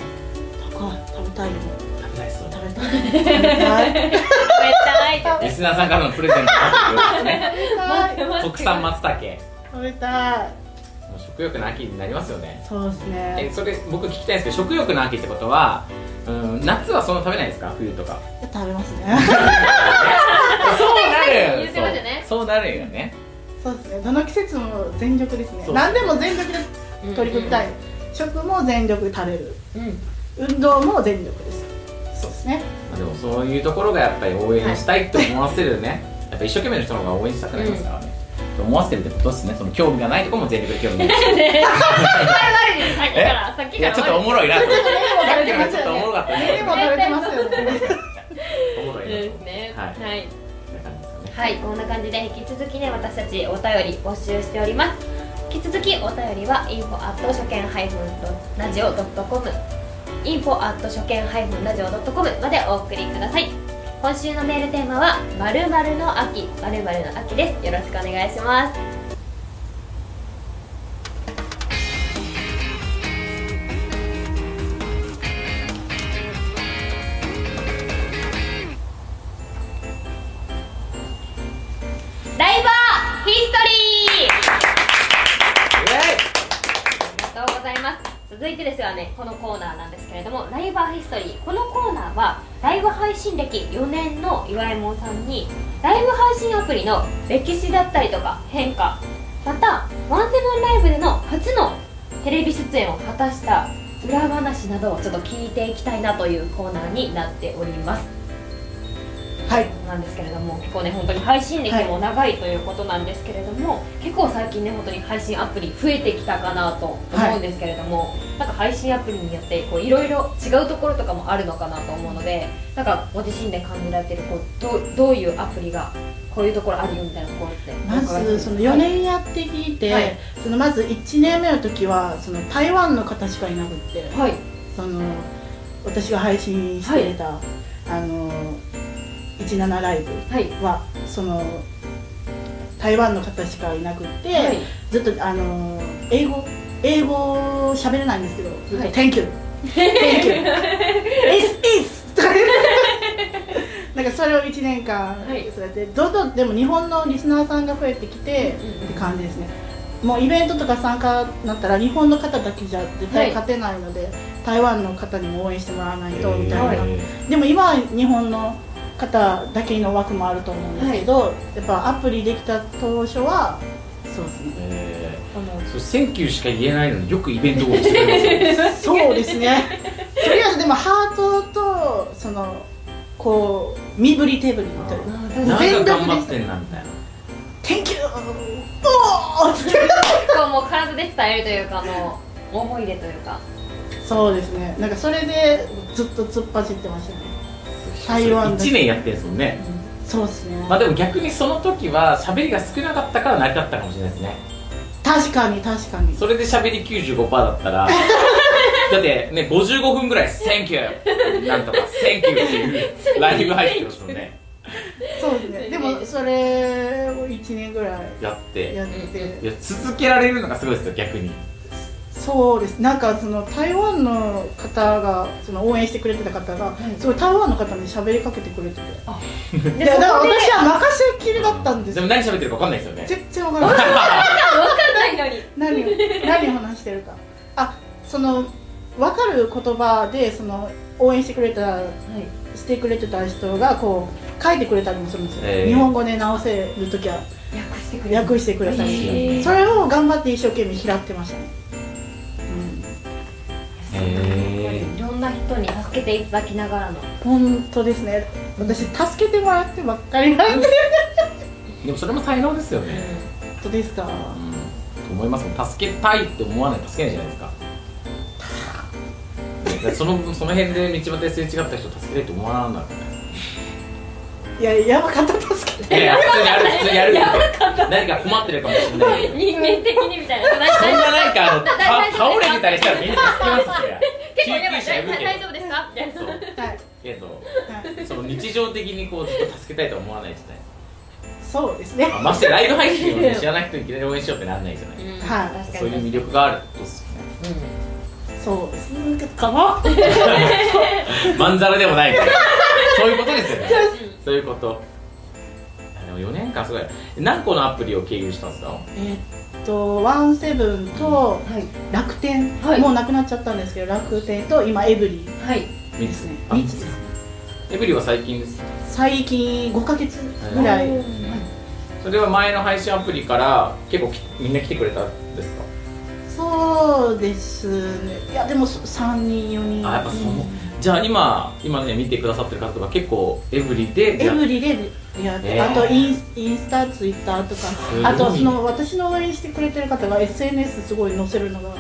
Speaker 5: 高い食べたいよ
Speaker 2: 食べたいっすよね
Speaker 5: 食べたい食べたい
Speaker 1: めっちゃない
Speaker 2: リスナーさんからのプレゼントなんですね
Speaker 1: 待って待って
Speaker 2: 国産松茸
Speaker 5: 食べたい
Speaker 2: もう食欲の秋になりますよね
Speaker 5: そうです
Speaker 2: え
Speaker 5: ね
Speaker 2: それ僕聞きたいんですけど食欲の秋ってことは、うん、夏はそんな食べないですか冬とか
Speaker 5: 食べますね
Speaker 2: そうなる
Speaker 1: 言ってましたね
Speaker 2: そうそうなるよね
Speaker 5: そうですねどの季節も全力ですね
Speaker 2: そう
Speaker 5: 何でも全力で取り組みたい、
Speaker 1: い
Speaker 5: 食も全力で食べる
Speaker 1: うんうん
Speaker 5: 運動も全力ですそうですね
Speaker 2: まあでもそういうところがやっぱり応援したいって思わせるね、やっぱ一生懸命の人の方が応援したくなりますからね、と思わせてるってことですねその興味がないところも全力で興味 ないし
Speaker 1: さっきからさっきか
Speaker 2: い
Speaker 1: ら
Speaker 2: やちょっとおもろいなと思ってさっきからちょっとおもろかった
Speaker 5: で
Speaker 2: ね
Speaker 5: も食べてますよね
Speaker 2: おもろいなと
Speaker 1: で
Speaker 2: 思っ
Speaker 1: すね
Speaker 2: はい
Speaker 1: はい
Speaker 2: てこんな感じですかね
Speaker 1: はい、こんな感じで引き続きね私たちお便り募集しております。季引き続きお便りは info at 初見 -radio.com info at 初見 -radio.com までお送りください今週のメールテーマは〇〇の秋〇〇の秋ですよろしくお願いしますライバーヒストリー ありがとうございます続いてですがねこのコーナーなんですけれどもライバーヒストリーこのコーナーはライブ配信歴4年の岩井もんさんにライブ配信アプリの歴史だったりとか変化またワンセブンライブでの初のテレビ出演を果たした裏話などをちょっと聞いていきたいなというコーナーになっております
Speaker 5: はい
Speaker 1: なんですけれども結構ね本当に配信歴も長いということなんですけれども、結構最近ね本当に配信アプリ増えてきたかなと思うんですけれども、なんか配信アプリによってこういろいろ違うところとかもあるのかなと思うのでなんかご自身で感じられてるこうどうどういうアプリがこういうところあるよみたいなところって
Speaker 5: まずその4年やってきて、
Speaker 1: はい
Speaker 5: そのまず1年目の時はその台湾の方しかいなくって
Speaker 1: はい
Speaker 5: その私が配信していた、あの17ライブ
Speaker 1: はい
Speaker 5: はその台湾の方しかいなくって、
Speaker 1: はい
Speaker 5: ずっとあの英語英語喋れないんですけどずっと
Speaker 1: はい
Speaker 5: Thank you Thank you It's it's とか言ってなんかそれを1年間
Speaker 1: はい
Speaker 5: そうやってどんどんでも日本のリスナーさんが増えてきて
Speaker 1: うんうん
Speaker 5: って感じですねもうイベントとか参加になったら日本の方だけじゃ絶対勝てないので、台湾の方にも応援してもらわないとみたいな、
Speaker 1: は
Speaker 5: でも今は日本の方だけの枠もあると思うんですけど、やっぱアプリできた当初はそうですね
Speaker 2: え
Speaker 5: あの
Speaker 2: ーそうセンキューしか言えないのによくイベントをしてくれますよね
Speaker 5: そうですね。とりあえずでもハートとそのこう身振り手振りみたいな。
Speaker 2: なんか頑張ってんなみたいな
Speaker 5: Thank you。おーって
Speaker 1: こうもう体で伝えるというかあの思い出というか
Speaker 5: そうですね。なんかそれでずっと突っ走ってましたね。台湾だ
Speaker 2: 1年やってるんですもんね、
Speaker 5: そうですね。
Speaker 2: まあでも逆にその時は喋りが少なかったから成り立ったかもしれないですね
Speaker 5: 確かに確かに。
Speaker 2: それで喋り95%だった らだってね55分ぐらい「センキュー」なんとか「センキュー」っていうライブ入ってますもんね
Speaker 5: そうですね。でもそれを一年ぐらい
Speaker 2: やって
Speaker 5: やって
Speaker 2: い。や続けられるのがすごいですよ逆に
Speaker 5: そうですなんかその台湾の方がその応援してくれてた方が、すごい台湾の方に喋りかけてくれてて
Speaker 1: で
Speaker 5: いやだから
Speaker 1: そこで
Speaker 5: 私は任せっきりだったんです
Speaker 2: で
Speaker 5: よ
Speaker 2: も何喋ってるか分かんないですよね
Speaker 5: 全然わからない
Speaker 1: 分かんないのに
Speaker 5: 何を何を話してるかあその分かる言葉でその応援してくれたしてくれてた人がこう書いてくれたりもするんですよ、
Speaker 2: えー
Speaker 5: 日本語で直せる時は
Speaker 1: 訳してくれる
Speaker 5: 訳してくれたりして、
Speaker 1: へー
Speaker 5: それを頑張って一生懸命拾ってましたね、
Speaker 2: へ
Speaker 1: いろんな人に助けていただきながらの
Speaker 5: うん、本当ですね私助けてもらってばっかりなんで
Speaker 2: え でもそれも才能ですよね
Speaker 5: 本当ですか
Speaker 2: うんと思いますもん助けたいって思わないと助けないじゃない ですかだからそのその辺で道端ですれ違った人助けたいと思わ なかったじゃないですか
Speaker 5: いややばかった助けて
Speaker 2: いやいや普通にやる普通にやる何か困ってるかもしれない
Speaker 1: 人間的にみたいな
Speaker 2: そんななんかあのた
Speaker 1: 大丈
Speaker 2: 倒
Speaker 1: 夫ですか
Speaker 2: れてたりしたらみんな助けますよ
Speaker 1: 結構
Speaker 2: 救
Speaker 1: やば
Speaker 2: 急
Speaker 1: い
Speaker 2: 車
Speaker 1: 大
Speaker 2: 呼ぶ
Speaker 1: 大
Speaker 2: け
Speaker 1: 丈夫ですかみたいな
Speaker 2: どそう
Speaker 5: はい、はい、
Speaker 2: けどその日常的にこうずっと助けたいと思わないじゃない
Speaker 5: そうですね
Speaker 2: まあましてやライブ配信をね知らない人にいきなり応援しようってなんないじゃない
Speaker 5: はい
Speaker 1: 確か
Speaker 2: そう
Speaker 1: に
Speaker 2: いう魅力があるってことですよね
Speaker 5: そうですねかな
Speaker 2: まんざらでもないみたいなそういうことですよねそういうこといやでも4年間すごい何個のアプリを経由したんですか
Speaker 5: えーっとワンセブンと楽天、
Speaker 1: はい
Speaker 5: もうなくなっちゃったんですけど楽天と今エブリィ
Speaker 1: はい
Speaker 2: 3
Speaker 5: ですね
Speaker 2: あ
Speaker 5: 3つです
Speaker 2: エブリは最近です
Speaker 5: 最近5ヶ月ぐらい、
Speaker 1: は
Speaker 2: それは前の配信アプリから結構きみんな来てくれたんですか
Speaker 5: そうですねいやでもそ3人4人
Speaker 2: あやっぱそのじゃあ今今ね見てくださってる方は結構エブリで
Speaker 5: エブリィでやって、
Speaker 2: えー
Speaker 5: あとインスインスタツイッターとか
Speaker 2: ごい
Speaker 5: あとその私の応援してくれてる方が SNS すごい載せるのが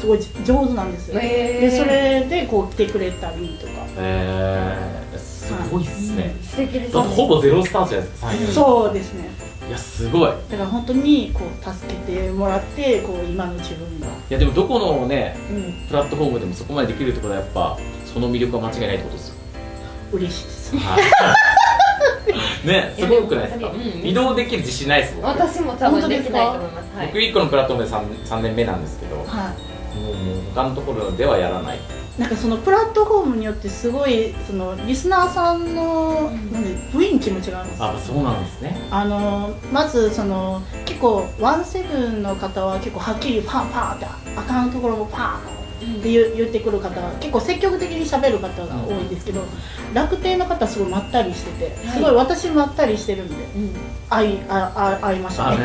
Speaker 5: すごい上手なんですよ、
Speaker 1: へー
Speaker 5: でそれでこう来てくれたりとか、
Speaker 2: えー、すごいっすね、
Speaker 1: 素敵です
Speaker 2: だってほぼゼロスタートじゃないですか最後
Speaker 5: そうですね
Speaker 2: いやすごい
Speaker 5: だから本当にこう助けてもらってこう今の自分が、
Speaker 2: いやでもどこのね
Speaker 5: うん、
Speaker 2: プラットフォームでもそこまでできるってことはやっぱその魅力は間違いないってことですよ
Speaker 5: 嬉しいです
Speaker 2: ねすごくないですか、
Speaker 1: うん
Speaker 2: 移動できる自信ないです僕
Speaker 1: 私も多
Speaker 5: 本当
Speaker 1: 分
Speaker 5: で
Speaker 1: です
Speaker 5: か
Speaker 1: きないと思います。はい。
Speaker 2: 僕1個のプラットフォームで 3, 三年目なんですけども
Speaker 5: は
Speaker 2: うもう他のところではやらない
Speaker 5: いなんかそのプラットフォームによってすごいそのリスナーさんの、なんで雰囲気も違うんですよ
Speaker 2: あそうなんですね
Speaker 5: あのまずその結構ワンセブンの方は結構はっきりパンパンってあかんところもパンって言,、言ってくる方は結構積極的に喋る方が多いんですけど、楽天の方はすごいまったりしてて、すごい私まったりしてるんで
Speaker 1: うん
Speaker 5: 会いああ会いました
Speaker 2: あ
Speaker 5: ね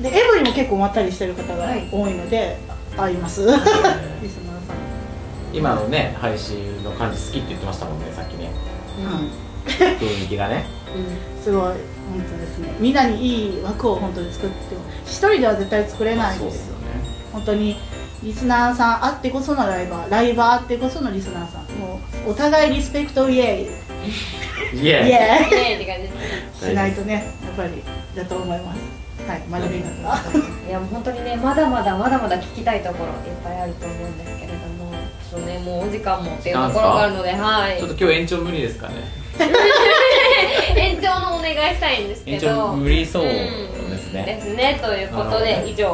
Speaker 2: ね
Speaker 5: でエブリも結構まったりしてる方が多いので、会いますリスナー さん、
Speaker 2: 今のね配信の感じ好きって言ってましたもんねさっきね
Speaker 5: はい
Speaker 2: 雰囲気がね
Speaker 5: すごい本当ですねみんなにいい枠を本当に作って一人では絶対作れないん
Speaker 2: そう
Speaker 5: で
Speaker 2: です
Speaker 5: す
Speaker 2: よね
Speaker 5: 本当にリスナーさんあってこそのライバーライバーあってこそのリスナーさんもうお互いリスペクトイエ
Speaker 2: い
Speaker 5: ーイイ
Speaker 2: え
Speaker 5: エ
Speaker 1: ねえって感じですね。
Speaker 5: ーイしないとねやっぱりだと思いますはい真面目になった
Speaker 1: いやもう本当にねまだまだまだまだ聞きたいところいっぱいあると思うんですけれどもちょっとねもうお時間もっていうところがあるのではい
Speaker 2: ちょっと今日延長無理ですかね
Speaker 1: 延長のお願いしたいんですけ
Speaker 2: 延
Speaker 1: ど
Speaker 2: 長無理そう
Speaker 1: うん
Speaker 2: ですね、
Speaker 1: ですねということ
Speaker 2: なるほ
Speaker 1: で
Speaker 2: ど
Speaker 1: 以上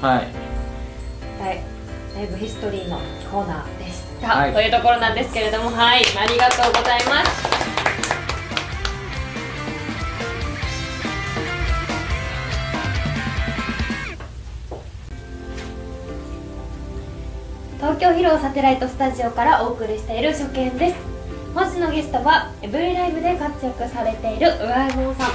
Speaker 2: はい
Speaker 1: ライライブヒストリーのコーナーでした、
Speaker 2: はい
Speaker 1: というところなんですけれどもはいありがとうございます東京ヒロサテライトスタジオからお送りしている初見です本日のゲストは V ライブで活躍されているうらいもんさん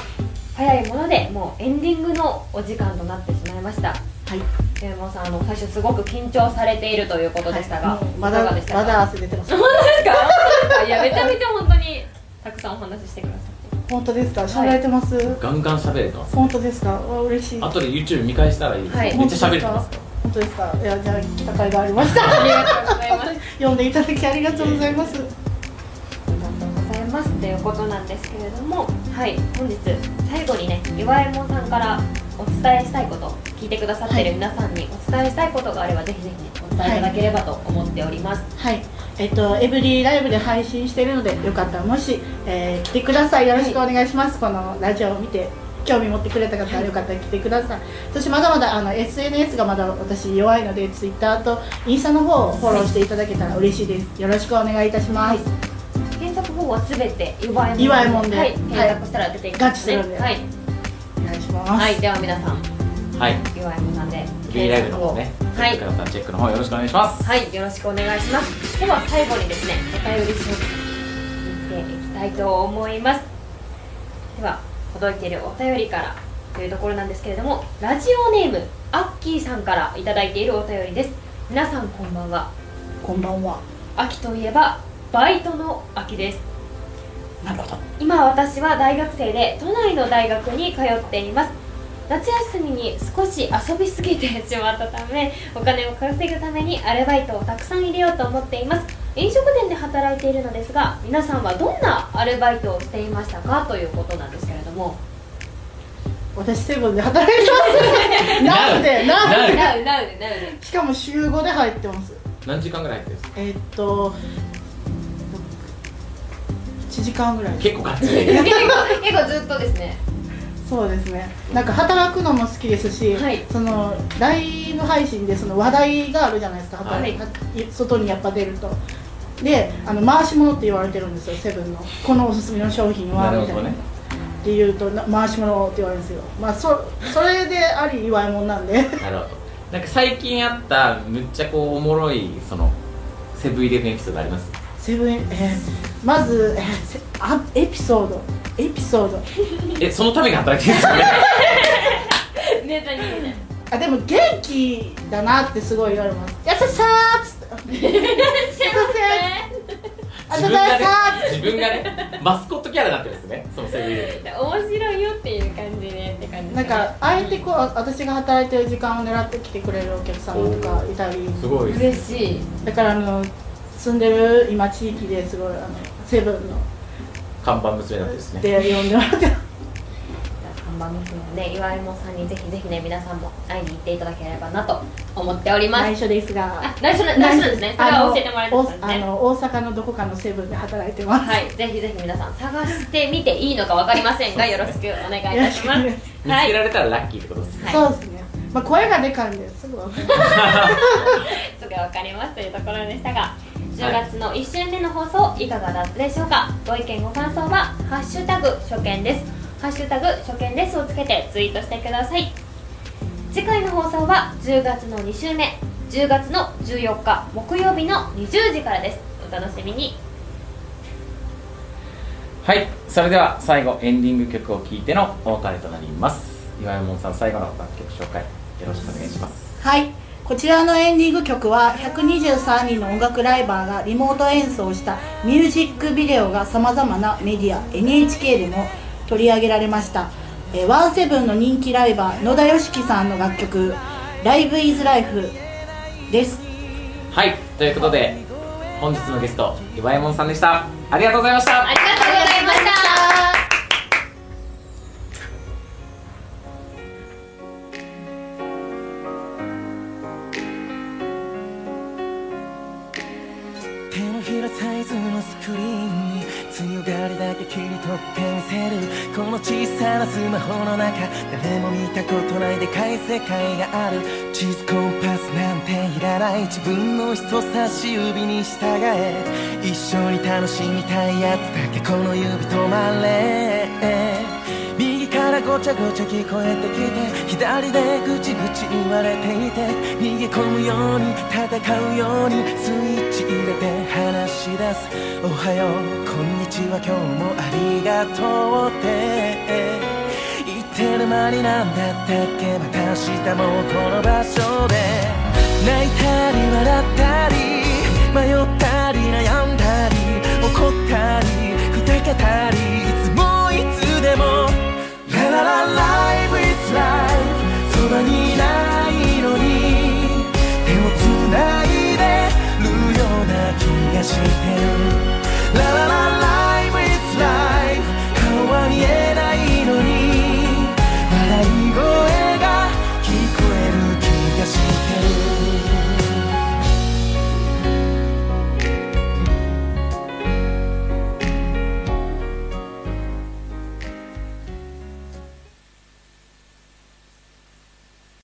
Speaker 1: 早いものでもうエンディングのお時間となってしまいました
Speaker 5: はい
Speaker 1: でもさんあの最初すごく緊張されているということでしたが、
Speaker 5: はいもうま
Speaker 1: いか
Speaker 5: だ
Speaker 1: が
Speaker 5: ま
Speaker 1: でしたか
Speaker 5: だ汗出てます
Speaker 1: ですかいやめちゃめちゃ本当にたくさんお話ししてくださっ
Speaker 5: 本当ですか喋れてます、
Speaker 2: ガンガン喋れてます
Speaker 5: 本当ですかわ嬉しい
Speaker 2: 後で YouTube 見返したらいいです、
Speaker 1: はい
Speaker 2: めっちゃ喋れてますよ
Speaker 5: 本当ですかいやじゃあ来た甲斐がありました
Speaker 1: てありがとうございます
Speaker 5: 読んでいただきありがとうございます。
Speaker 1: ありがとうございますということなんですけれどもはい本日最後にね岩右衛門さんからお伝えしたいこと聞いてくださってる皆さんにお伝えしたいことがあればぜひぜひお伝えいただければと思っております、
Speaker 5: はい。えっとエブリィライブで配信しているのでよかったらもし、えー来てくださいよろしくお願いします。このラジオを見て。興味持ってくれた方はよかったら来てください。そしてまだまだあの SNS がまだ私弱いので、ツイッターとインスタの方をフォローしていただけたら嬉しいです。よろしくお願いいたします。
Speaker 1: 検索方法はすべて岩右衛門
Speaker 5: 岩右衛門で
Speaker 1: はい、
Speaker 5: はい
Speaker 1: 検索したら出てきますね
Speaker 5: ガチするんで
Speaker 1: はい、
Speaker 5: お願いします。
Speaker 1: はい、では皆さん
Speaker 2: はい
Speaker 1: 岩井さんで
Speaker 2: B ライブの方ね、
Speaker 1: は
Speaker 2: はいい、よかったらチェックの方よろしくお願いします
Speaker 1: はいよろしくお願いしますでは最後にですねお便り紹介していきたいと思いますでは届いているお便りからというところなんですけれどもラジオネームアッキーさんからいただいているお便りです皆さんこんばんは
Speaker 5: こんばんは。
Speaker 1: 秋といえばバイトの秋です
Speaker 5: なるほど。
Speaker 1: 今私は大学生で都内の大学に通っています夏休みに少し遊びすぎてしまったためお金を稼ぐためにアルバイトをたくさん入れようと思っています飲食店で働いているのですが皆さんはどんなアルバイトをしていましたかということなんですけれども
Speaker 5: 私セブンで働いて ます。なんでなん
Speaker 2: な
Speaker 5: で。
Speaker 2: る
Speaker 1: なうなうなう
Speaker 5: しかも週5で入ってます。
Speaker 2: 何時間ぐらい入ってるんですか
Speaker 5: えーっと1時間ぐらい
Speaker 2: 結構ガッチ リ
Speaker 1: 結構結構ずっとですね
Speaker 5: そうですねなんか働くのも好きですし、
Speaker 1: はい
Speaker 5: そのライブ配信でその話題があるじゃないですか、
Speaker 2: はい
Speaker 5: 働い外にやっぱ出るとであの回し物って言われてるんですよセブンのこのおすすめの商品は
Speaker 2: なるほ
Speaker 5: みたい
Speaker 2: ど
Speaker 5: な
Speaker 2: ね
Speaker 5: って言うとな回し物って言われるんですよまあそそれであり祝いもんなんで
Speaker 2: なるほどなんか最近あったむっちゃこうおもろいそのセブンイレブンエピソードあります
Speaker 5: セブン、えーまず、えーせあエピソードエピソード
Speaker 2: えそのために働いてるんですよね
Speaker 1: ネタに
Speaker 5: あでも元気だなってすごい言われます優しさーっ つって優しさーっつって
Speaker 2: 自
Speaker 5: 優
Speaker 2: 分
Speaker 5: し
Speaker 2: がね自
Speaker 5: さ
Speaker 2: 分がねマスコットキャラになってるんですねそのセブンイレブン
Speaker 1: 面白いよっていう感じでって感じ
Speaker 5: ーっつってなんかあえてこう私が働いてる時間を狙って来てくれるお客様とかいたり
Speaker 2: すごいです
Speaker 1: 嬉しい
Speaker 5: だからあの住んでる今地域ですごいあのセブンの
Speaker 2: 看板娘になってるんですね
Speaker 5: で呼んでもらって
Speaker 1: た看板娘のね岩井もさんにぜひぜひね皆さんも会いに行っていただければなと思っており ます
Speaker 5: 内緒ですが
Speaker 1: あ内緒な内緒なんですねそれは教えてもらえたんです
Speaker 5: あのおあ
Speaker 1: ね
Speaker 5: の大阪のどこかのセブンで働いてます、
Speaker 1: はいぜひぜひ皆さん探してみていいのかわかりませんがよろしくお願いいたし ます
Speaker 5: よろし
Speaker 2: 見つ
Speaker 1: は
Speaker 2: け
Speaker 1: い
Speaker 2: られたらラッキーってことですね。
Speaker 1: はい
Speaker 5: そうですね、まあ、声がでかいんですぐわかる
Speaker 1: すぐ分かりますというところでしたが10月の1週目の放送いかがだったでしょうかご意見ご感想は「ハッシュタグ初見です」「ハッシュタグ初見です」をつけてツイートしてください次回の放送は10月の2週目10月の14日木曜日の20時からですお楽しみに
Speaker 2: はい、それでは最後エンディング曲を聴いてのお別れとなります。岩山さん最後の楽曲紹介よろしくお願いします。
Speaker 5: はいこちらのエンディング曲は123人の音楽ライバーがリモート演奏したミュージックビデオがさまざまなメディア NHK でも取り上げられましたえーワンセブンの人気ライバー野田佳樹さんの楽曲「ライブイズライフです
Speaker 2: はい、ということで本日のゲスト岩山さんでした。ありがとうございました。
Speaker 1: ありがとうございました
Speaker 6: 手のひらサイズのスクリーンに強がりだけ切り取ってみせるこの小さなスマホの中誰も見たことないでかい世界がある地図コンパスなんていらない自分の人差し指に従え一緒に楽しみたいやつだけこの指止まれ右からごちゃごちゃ聞こえてきて左でぐちぐち言われていて逃げ込むように戦うようにスイッチ入れて話し出すおはようこんにちは今日もありがとうって言ってる間になんだったっけまた明日もこの場所で泣いたり笑ったり迷ったり悩んだり怒ったりふざけたりいつもいつでもラララライブ is life そばに